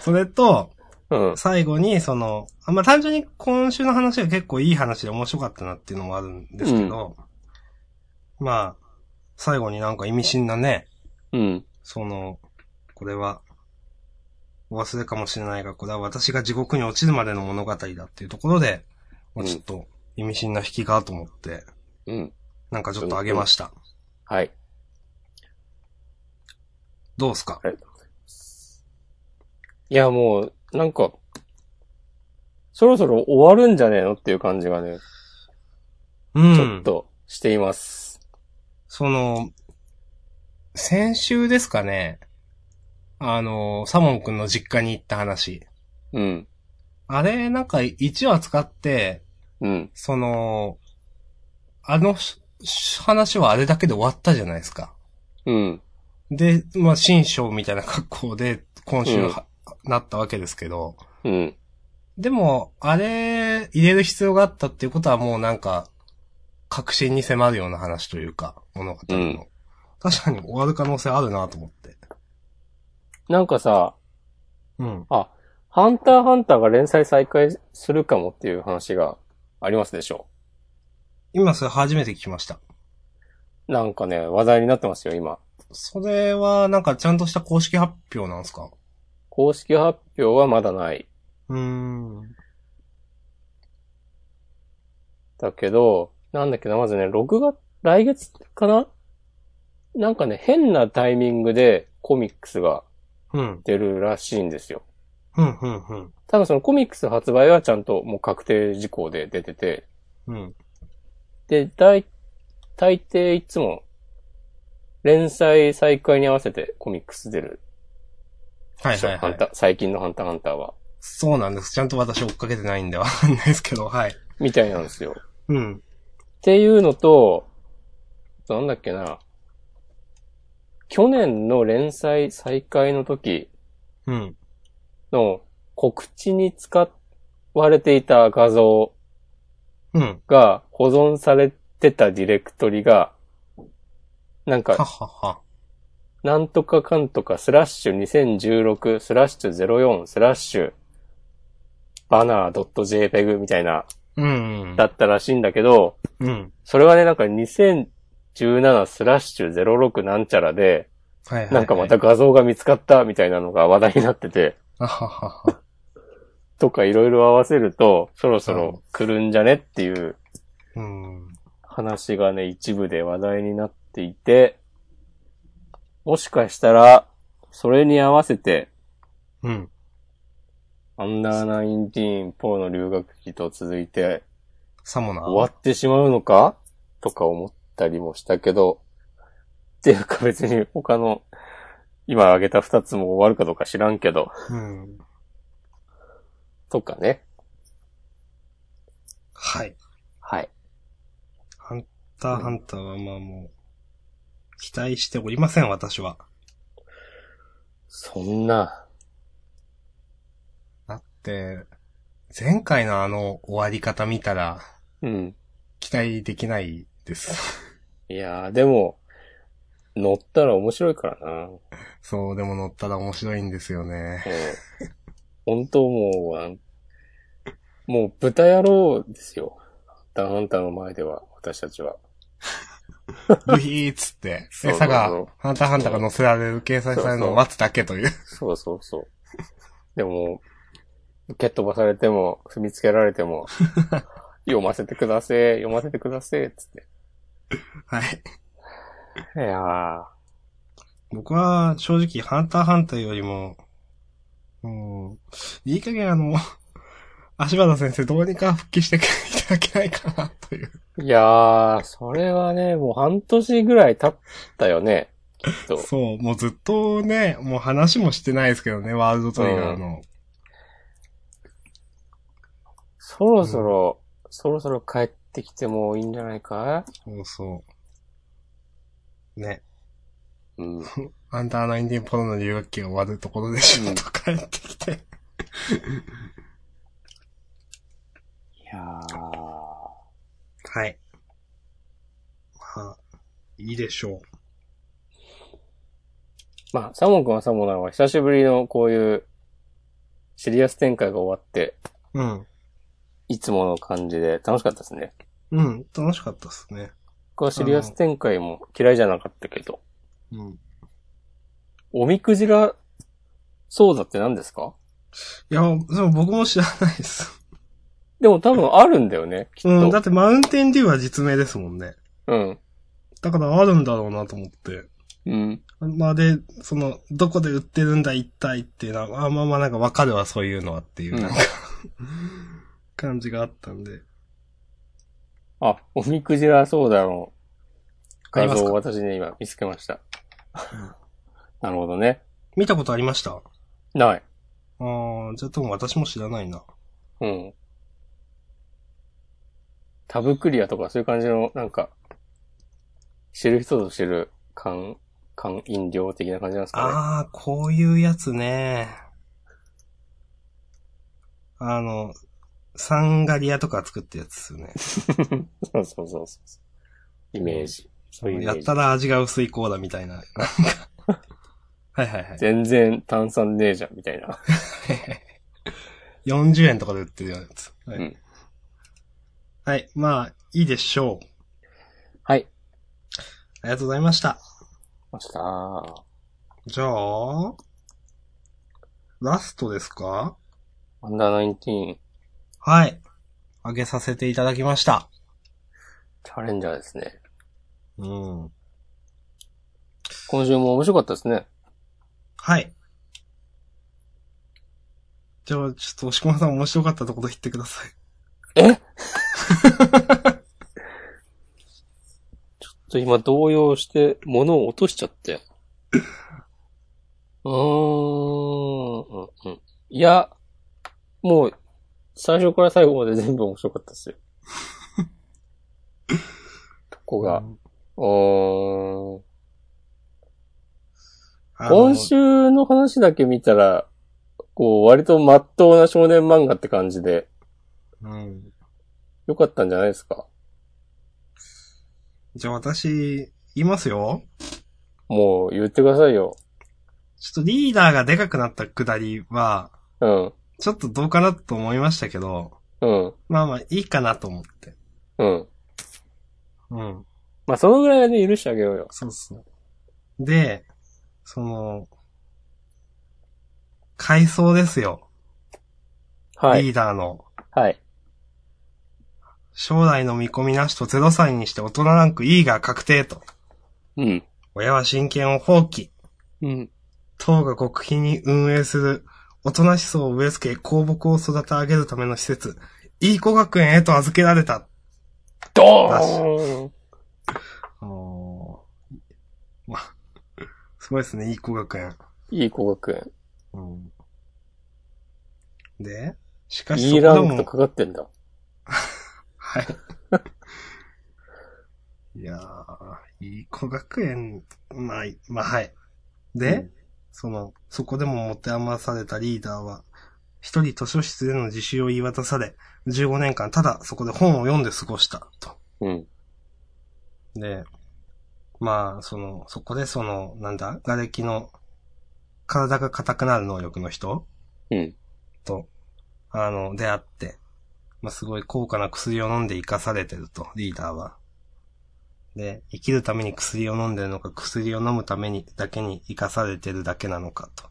それと、
うん。
最後に、その、あまあ、単純に今週の話が結構いい話で面白かったなっていうのもあるんですけど、まあ、最後になんか意味深なね、
うん。
その、これは、お忘れかもしれないが、これは私が地獄に落ちるまでの物語だっていうところで、まあ
うん
ちょっと意味深な引きがと思って、
うん。
なんかちょっとあげました。
はい。
どうっすか
いや、もう、なんか、そろそろ終わるんじゃねえのっていう感じがね、
うん。
ちょっとしています。
その、先週ですかね、あの、サモン君の実家に行った話。
うん。
あれ、なんか1話使って、
うん。
その、あのしし話はあれだけで終わったじゃないですか。
うん。
で、まあ、新章みたいな格好で今週は、なったわけですけど、
うん。
でも、あれ、入れる必要があったっていうことはもうなんか、確信に迫るような話というか、物語の。
うん
確かに終わる可能性あるなと思って。
なんかさ、
うん。
あ、ハンターハンターが連載再開するかもっていう話がありますでしょ
今それ初めて聞きました。
なんかね、話題になってますよ、今。
それはなんかちゃんとした公式発表なんですか
公式発表はまだない。
うーん。
だけど、なんだっけな、まずね、6月、来月かななんかね、変なタイミングでコミックスが
うん。
出るらしいんですよ。
うん、うん、うん。
多分そのコミックス発売はちゃんともう確定事項で出てて、
うん。
で、大、大抵いつも、連載再開に合わせてコミックス出る
はいはい
ハ
は
ン
い
タ。ー最近のハンターハンターは。
そうなんです。ちゃんと私追っかけてないんでわかんないですけど、はい。
みたいなんですよ。
うん。
っていうのと、なんだっけな。去年の連載再開の時
うん。
の告知に使われていた画像
うん。
が保存されてたディレクトリが、なん
はっ
か、
はっは。
なんとかかんとかスラッシュ2016スラッシュ04スラッシュバナー .jpeg みたいな、
うん。
だったらしいんだけど、
うん。
それはね、なんか2017スラッシュ06なんちゃらで、
はいはいはい。
なんかまた画像が見つかったみたいなのが話題になってて、
あははは。
とかいろいろ合わせると、そろそうろ来るんじゃねっていう
うん。
話がね、一部で話題になっていて、もしかしたら、それに合わせて、
うん。
アンダーナインティーンポーの留学期と続いて
さもな。
終わってしまうのかとか思ったりもしたけど、っていうか別に他の、今挙げた二つも終わるかどうか知らんけど、
うん。
とかね。
はい。
はい。
ハンターハンターはまあもう、期待しておりません、私は。
そんな、
だって、前回のあの終わり方見たら、
うん。
期待できないです。
[LAUGHS] いやー、でも、乗ったら面白いからな。うん
そう、でも乗ったら面白いんですよ
[LAUGHS]
ね。
本当もうあん、もう豚野郎ですよ。ダウンハンターの前では、私たちは。
ブヒーっつって、
そうそうそう
餌が、ハンターハンターが乗せられる、掲載されるのを待つだけという。
そうそうそう。でも、蹴っ飛ばされても、踏みつけられて [LAUGHS] も、読ませてください、読ませてください、つって。
はい。
いやー、
僕は正直ハンターハンターよりも、うん、いい加減あの、 [LAUGHS] 足原先生どうにか復帰していただけないかなという。
いやー、それはね、もう半年ぐらい経ったよね、きっと。
そう、もうずっとね、もう話もしてないですけどね、ワールドトリガーの。
そろそろ、そろそろ帰ってきてもいいんじゃないか
そうそう。ね。
うん。
アンダーナインディポロの留学期が終わるところで仕事帰ってきて。
いやー、
はい。まあ、いいでしょ
まあ、サモン君はサモナは久しぶりのこういうシリアス展開が終わって、
う。うん。
いつもの感じで楽しかったですね。
うん、楽しかったですね。
僕はシリアス展開も嫌いじゃなかったけど、
うん。
おみくじがソーダって何ですか
いや、でも僕も知らないです。
でも多分あるんだよね、きっ
うん、だっ
と。
てマウンテンデューは実名ですもんね。
うん。
だからあるんだろうなと思って。
うん。
まあで、その、どこで売ってるんだ一体っていうのは、あまあまあなんかわかるわ、そういうのはっていう、
うん
なんか、感じがあったんで。
あ、おみくじらソーダの
あり
画
ます
像
か
を私ね、今見つけました。なるほどね。
見たことありましたあ
ない。
あ、じゃあ多分私も知らないな。
うん。タブクリアとかそういう感じの、なんか、知る人ぞ知る、缶、缶飲料的な感じなんですか
ああ、こういうやつね。あの、サンガリアとか作ったやつですよね。
ね。 [LAUGHS] そうそうそうそう。イメージ。そういうイメ
やっ
ージ
た。ら味が薄いコーラみたい
[LAUGHS]
な。なんかはいはいはい。
全然炭酸ねえじゃん、みたいな。 [LAUGHS]
[LAUGHS] 40円とかで売ってるやつ。はい。
うん
はい。まあ、いいでしょう。
はい。
ありがとうございました。
ましたー。
じゃあ、ラストですか
アンダーナインティーン、
はい。あげさせていただきました。
チャレンジャーですね。
うん。
今週も面白かったですね。
はい。じゃあ、ちょっと、押駒さん面白かったところ言ってください。
ちょっと今動揺して物を落としちゃって。うーんうんうん。いや、もう、最初から最後まで全部面白かった [LAUGHS] ですよ。とこが。うーん。
あの
今週の話だけ見たら、こう、割と真っ当な少年漫画って感じで、
うん。
良かったんじゃないですか。
じゃあ、私、言いますよ。
もう、言ってくださいよ。
ちょっとリーダーがでかくなったくだりは、
うん、
ちょっとどうかなと思いましたけど、
うん、
まあまあいいかなと思って。
うん。
うん。
まあ、そのぐらいはね、許してあげようよ。
そうそう。で、その、回想ですよ。
はい。
リーダーの。
はい。
将来の見込みなしと0歳にして大人ランク E が確定と。
うん。
親は親権を放棄。
うん。
党が極秘に運営する、大人思想を植え付け、公木を育て上げるための施設、E 子学園へと預けられた。
ド
ー
ン
あーまあ、 [LAUGHS] すごいですね、いい子学園。
いい工学園。
うん。で、しかしそ
E
こ
ラ
で
ンクと
も、
かかってんだ。
はい。いやー、いい子学園、まあ、まあ、はい。で、
うん
その、そこでも持て余されたリーダーは、一人図書室での自習を言い渡され、15年間ただそこで本を読んで過ごした、と。
うん。
で、まあ、その、そこでその、なんだ、瓦礫の、体が硬くなる能力の人
うん。
と、あの、出会って、まあ、すごい高価な薬を飲んで生かされてると、リーダーは。で、生きるために薬を飲んでるのか、薬を飲むために、だけに生かされてるだけなのかと。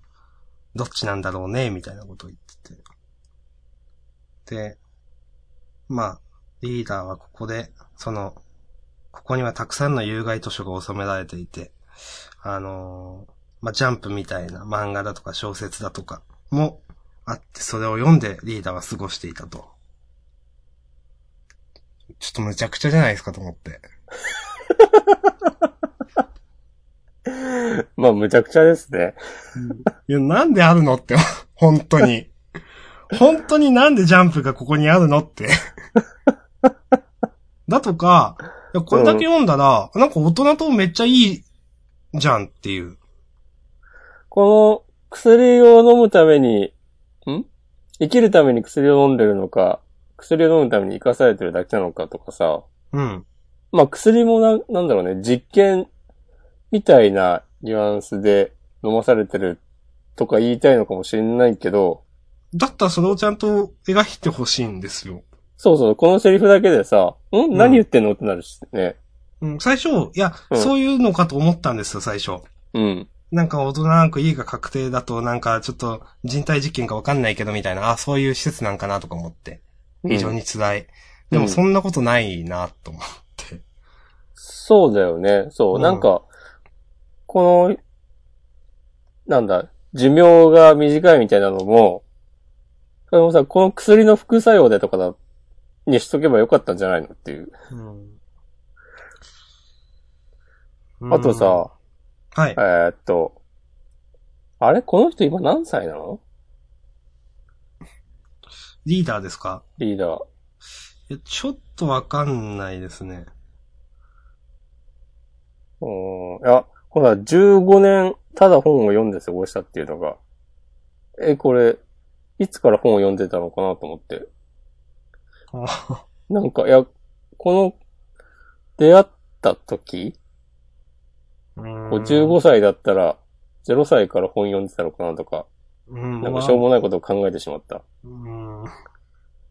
どっちなんだろうね、みたいなことを言ってて。で、まあ、リーダーはここで、その、ここにはたくさんの有害図書が収められていて、あのーまあ、ジャンプみたいな漫画だとか小説だとかもあって、それを読んでリーダーは過ごしていたと。ちょっとむちゃくちゃじゃないですかと思って。
まあ、むちゃくちゃですね。
いや、なんであるのって、本当に。本当になんでジャンプがここにあるのって。だとか、いやこれだけ読んだら、なんか大人とめっちゃいいじゃんっていう。
この、薬を飲むために、ん生きるために薬を飲んでるのか、薬を飲むために生かされてるだけなのかとかさ、
うん。
まあ、薬もな、なんだろうね、実験みたいなニュアンスで飲まされてるとか言いたいのかもしれないけど、
だったらそれをちゃんと描いてほしいんですよ。
そうそう、このセリフだけでさ、ん
ん
何言ってんのってなるしね。
うん、最初、いや、
うん
そういうのかと思ったんですよ、最初。
うん。
なんか大人なんか家が確定だと、なんかちょっと人体実験かわかんないけどみたいな、あ、そういう施設なんかなとか思って、非常
うん
に辛い。でもそんなことないなと思って。
そうだよね。そう。
うん
なんか、この、なんだ、寿命が短いみたいなのも、それもさ、この薬の副作用でとかだ、にしとけばよかったんじゃないのっていう。あとさ、
はい。
えーっと、あれこの人今何歳なの
リーダーですか
リーダー。
いやちょっとわかんないですね。
うーん。いや、ほら、15年、ただ本を読んで過ごしたっていうのが、え、これ、いつから本を読んでたのかなと思って。
あ
なんか、いや、この、出会った時、
うん
こう15歳だったら、0歳から本読んでたのかなとか、
うん
なんかしょうもないことを考えてしまった。
うん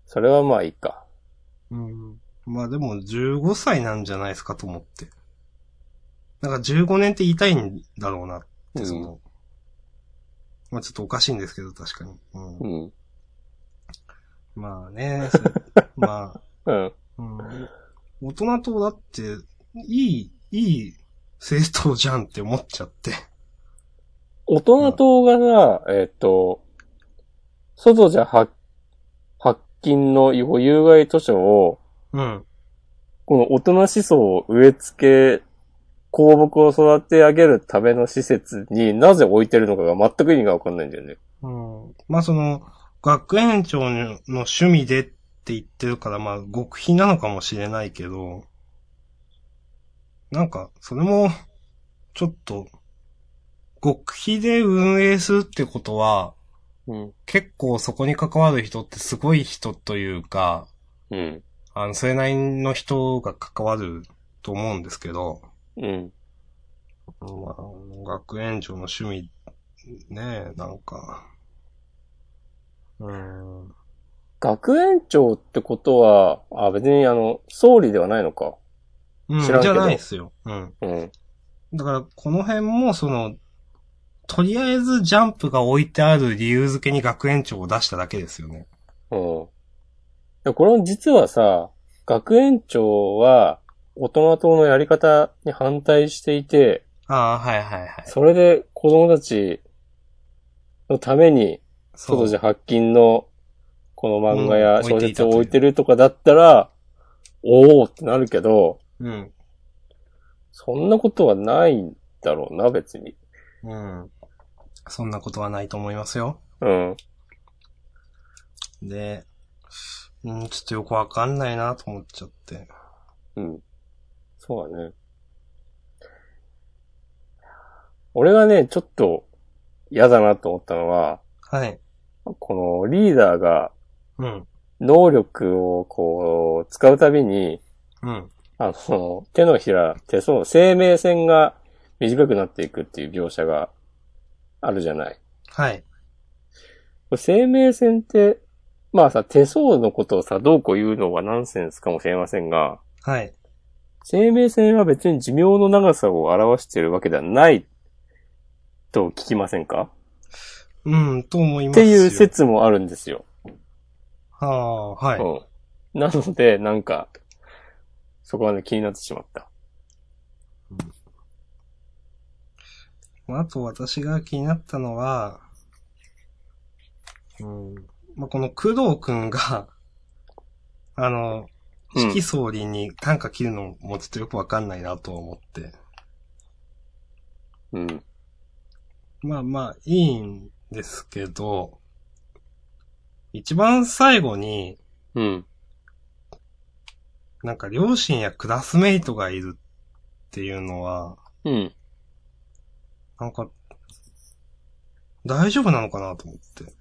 それはまあいいか。
うんまあでも15歳なんじゃないですかと思って。なんか15年って言いたいんだろうなって、その。まあちょっとおかしいんですけど、確かに。うん
うん。
まあね、そまあ、
うん。
うん大人とだって、いい、いい政党じゃんって思っちゃって。
大人党がさ、えっ、と、外じゃ発、発禁の有害図書を、
うん。
この大人思想を植え付け、公木を育て上げるための施設になぜ置いてるのかが全く意味がわかんないんだよね。
うん、まあその、学園長の趣味でって言ってるから、まあ極秘なのかもしれないけど、なんか、それも、ちょっと、極秘で運営するってことは、
うん。
結構そこに関わる人ってすごい人というか、
うん。
あの、それなりの人が関わると思うんですけど、
うん。
まあ、学園長の趣味、ねえ、なんか、うーん、
学園長ってことは、あ、別にあの、総理ではないのか。
うん、
知らんけ
じ
ど
ゃないですよ。うん。
うん。
だから、この辺も、その、とりあえずジャンプが置いてある理由付けに学園長を出しただけですよね。
うん。でこれも実はさ、学園長は大人党のやり方に反対していて、
ああ、はいはいはい。
それで子供たちのために
そ
外
う。
じゃ発禁のこの漫画
う
や
ん
小
置いていたと
説
い
を
う
置いてるとかだったら、おおってなるけど、
うん。
そんなことはないんだろうな、別に。
うん。そんなことはないと思いますよ。
うん。
で、うん、ちょっとよくわかんないなと思っちゃって。
うん。そうだね。俺がね、ちょっと嫌だなと思ったのは、
はい。
このリーダーが
うん。
能力をこう、使うたびに、
うん。
あの、手のひら、手相の生命線が短くなっていくっていう描写があるじゃない。
はい。
これ生命線って、まあさ、手相のことをさ、どうこう言うのはナンセンスかもしれませんが、
はい。
生命線は別に寿命の長さを表しているわけではないと聞きませんか
うん、と思いま
っ
す
て
よ。
いう説もあるんですよ。
はあ、はい。
うん。なので、なんか、そこはね、気になってしまった。
あと私が気になったのは、うんまあ、この工藤くんが、 [LAUGHS] あの、
うん
四季総理に短歌切るのもちょっとよくわかんないなと思って。
うん。
まあまあ、いいんですけど、一番最後に、
うん。
なんか両親やクラスメイトがいるっていうのは、
うん。
なんか、大丈夫なのかなと思って。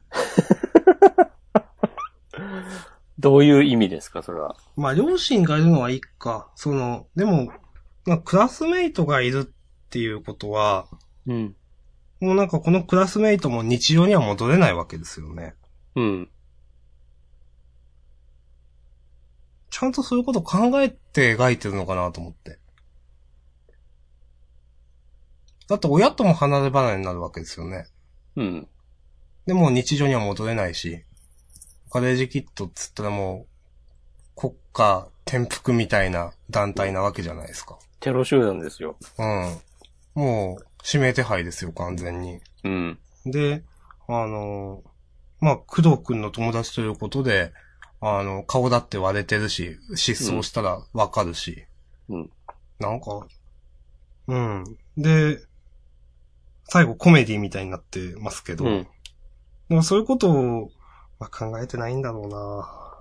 どういう意味ですか、それは。
まあ、両親がいるのはいいか。その、でも、まあ、クラスメイトがいるっていうことは、
うん。
もうなんかこのクラスメイトも日常には戻れないわけですよね。
うん。
ちゃんとそういうこと考えて描いてるのかなと思って。だって親とも離れ離れになるわけですよね。
うん。
でもう日常には戻れないし、カレージキットっつったらもう、国家転覆みたいな団体なわけじゃないですか。
テロ集団ですよ。
うん。もう、指名手配ですよ、完全に。
うん。
で、あの、まあ、工藤くんの友達ということで、あの、顔だって割れてるし、失踪したらわかるし。
うん。
なんか、うん。で、最後コメディみたいになってますけど、
うん。
でもそういうことを、まあ、考えてないんだろうな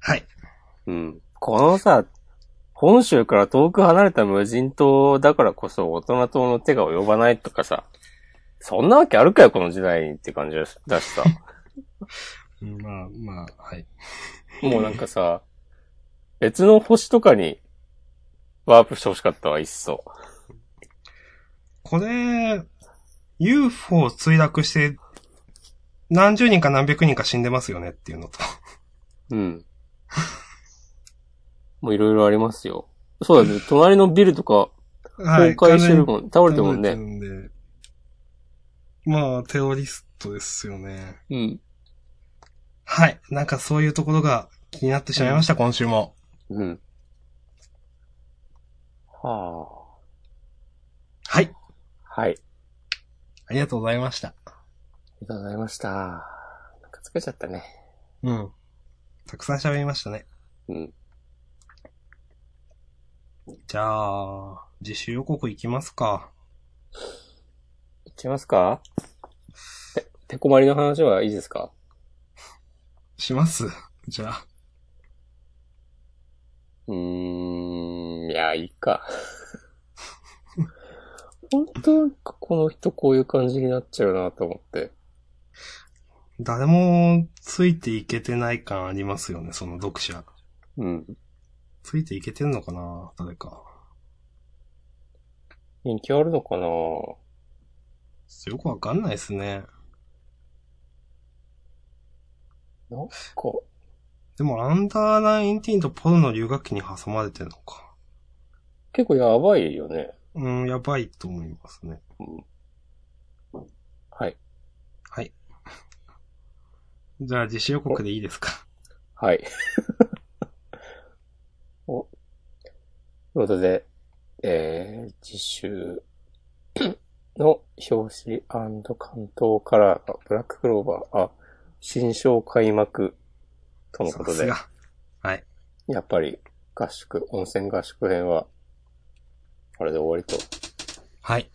はい。
うん。このさ、本州から遠く離れた無人島だからこそ大人島の手が及ばないとかさ、そんなわけあるかよ、この時代にって感じだしさ。 [LAUGHS]
まあ、まあ、はい。
もうなんかさ、別の星とかにワープしてほしかったわ、いっそ。
これ、UFO 墜落して、何十人か何百人か死んでますよねっていうのと。
うん。もういろいろありますよ。そうだね、隣のビルとか
は
[LAUGHS] 崩
い
壊してるもん、倒れてるもん。
完
ね。
全に倒れてるんでまあ、テロリストですよね。
うん。
はい。なんかそういうところが気になってしまいました、今週も。
うん。は
はい。
あ。はい。
ありがとうございました。
ありがとうございました。なんか疲れちゃったね。
うん。たくさん喋りましたね。
うん。
じゃあ、自主予告いきますか。
いっちゃいますかて、てこまりの話はいいですか
しますじゃあ。
うーん、いや、いいか。 [LAUGHS] 本当なんかこの人こういう感じになっちゃうなと思って。
誰もついていけてない感ありますよね、その読者。
うん。
ついていけてんのかな誰か。
人気あるのかな
よくわかんないですね。
なんか、
でも、アンダーナインティーンとポルの留学期に挟まれてるのか。
結構やばいよね。
うん、やばいと思いますね。
はい。
じゃあ、自主予告でいいですか。
はい。 [LAUGHS] お。ということで、えー、次週の表紙関東カラーがブラッククローバー、あ、新章開幕とのこ
さ
と
す
で、
が。はい。
やっぱり合宿、温泉合宿編は、これで終わりと。
はい。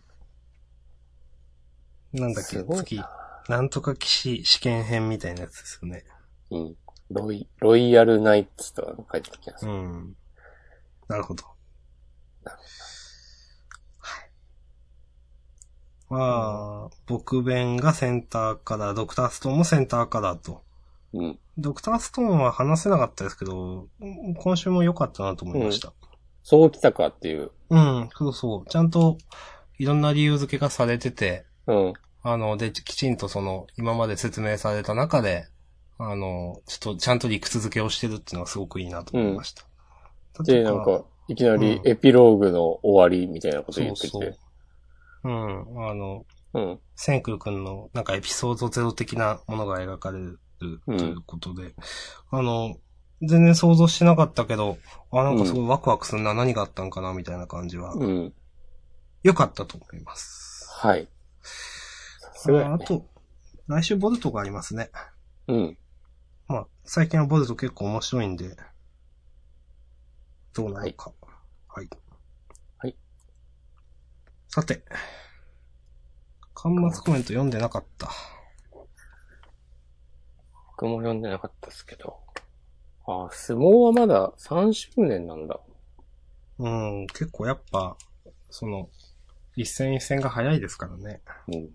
なんだっけ、
すごいな
月、なんとか騎士試験編みたいなやつですよね。
うん。ロイ、ロイヤルナイツとか書いてある気がす
う
る。
ん。なるほど。まあ、僕弁がセンターカラー、ドクターストーンもセンターカラーと。
うん。
ドクターストーンは話せなかったですけど、うん今週も良かったなと思いました。
そうきたかっていう。
うん、そうそう。ちゃんと、いろんな理由付けがされてて、
うん。
あの、で、きちんとその、今まで説明された中で、あの、ちょっと、ちゃんと理屈付けをしてるっていうのはすごくいいなと思いました。だ
で、
と
なんか、いきなりエピローグの終わりみたいなこと
そ
言っ
う
てき
そ
て
う。。うん、あの、
うん。
センクル君のなんかエピソードゼロ的なものが描かれるということで、あの、全然想像してなかったけど、あ、なんかすごいワクワクするな、何があったんかな、みたいな感じは、
うん。
良かったと思います。
はい。さすが
あ
や
あ
ね。
と、来週ボルトがありますね。
うん。
まあ、最近はボルト結構面白いんで、どうなるか。はい。
はい
さて、端末コメント読んでなかった。
僕も読んでなかったですけど。あー、相撲はまだ3周年なんだ。
うん、結構やっぱ、その、一戦一戦が早いですからね。
うん。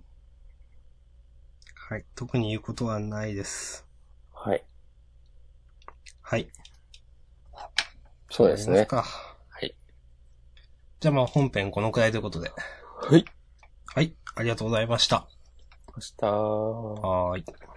はい。特に言うことはないです。
はい。
はい。
そうです
や
ね
り。ますか
はい。
じゃあまあ本編このくらいということで。
はい。
はい。ありがとうございました。
明日。
はーい。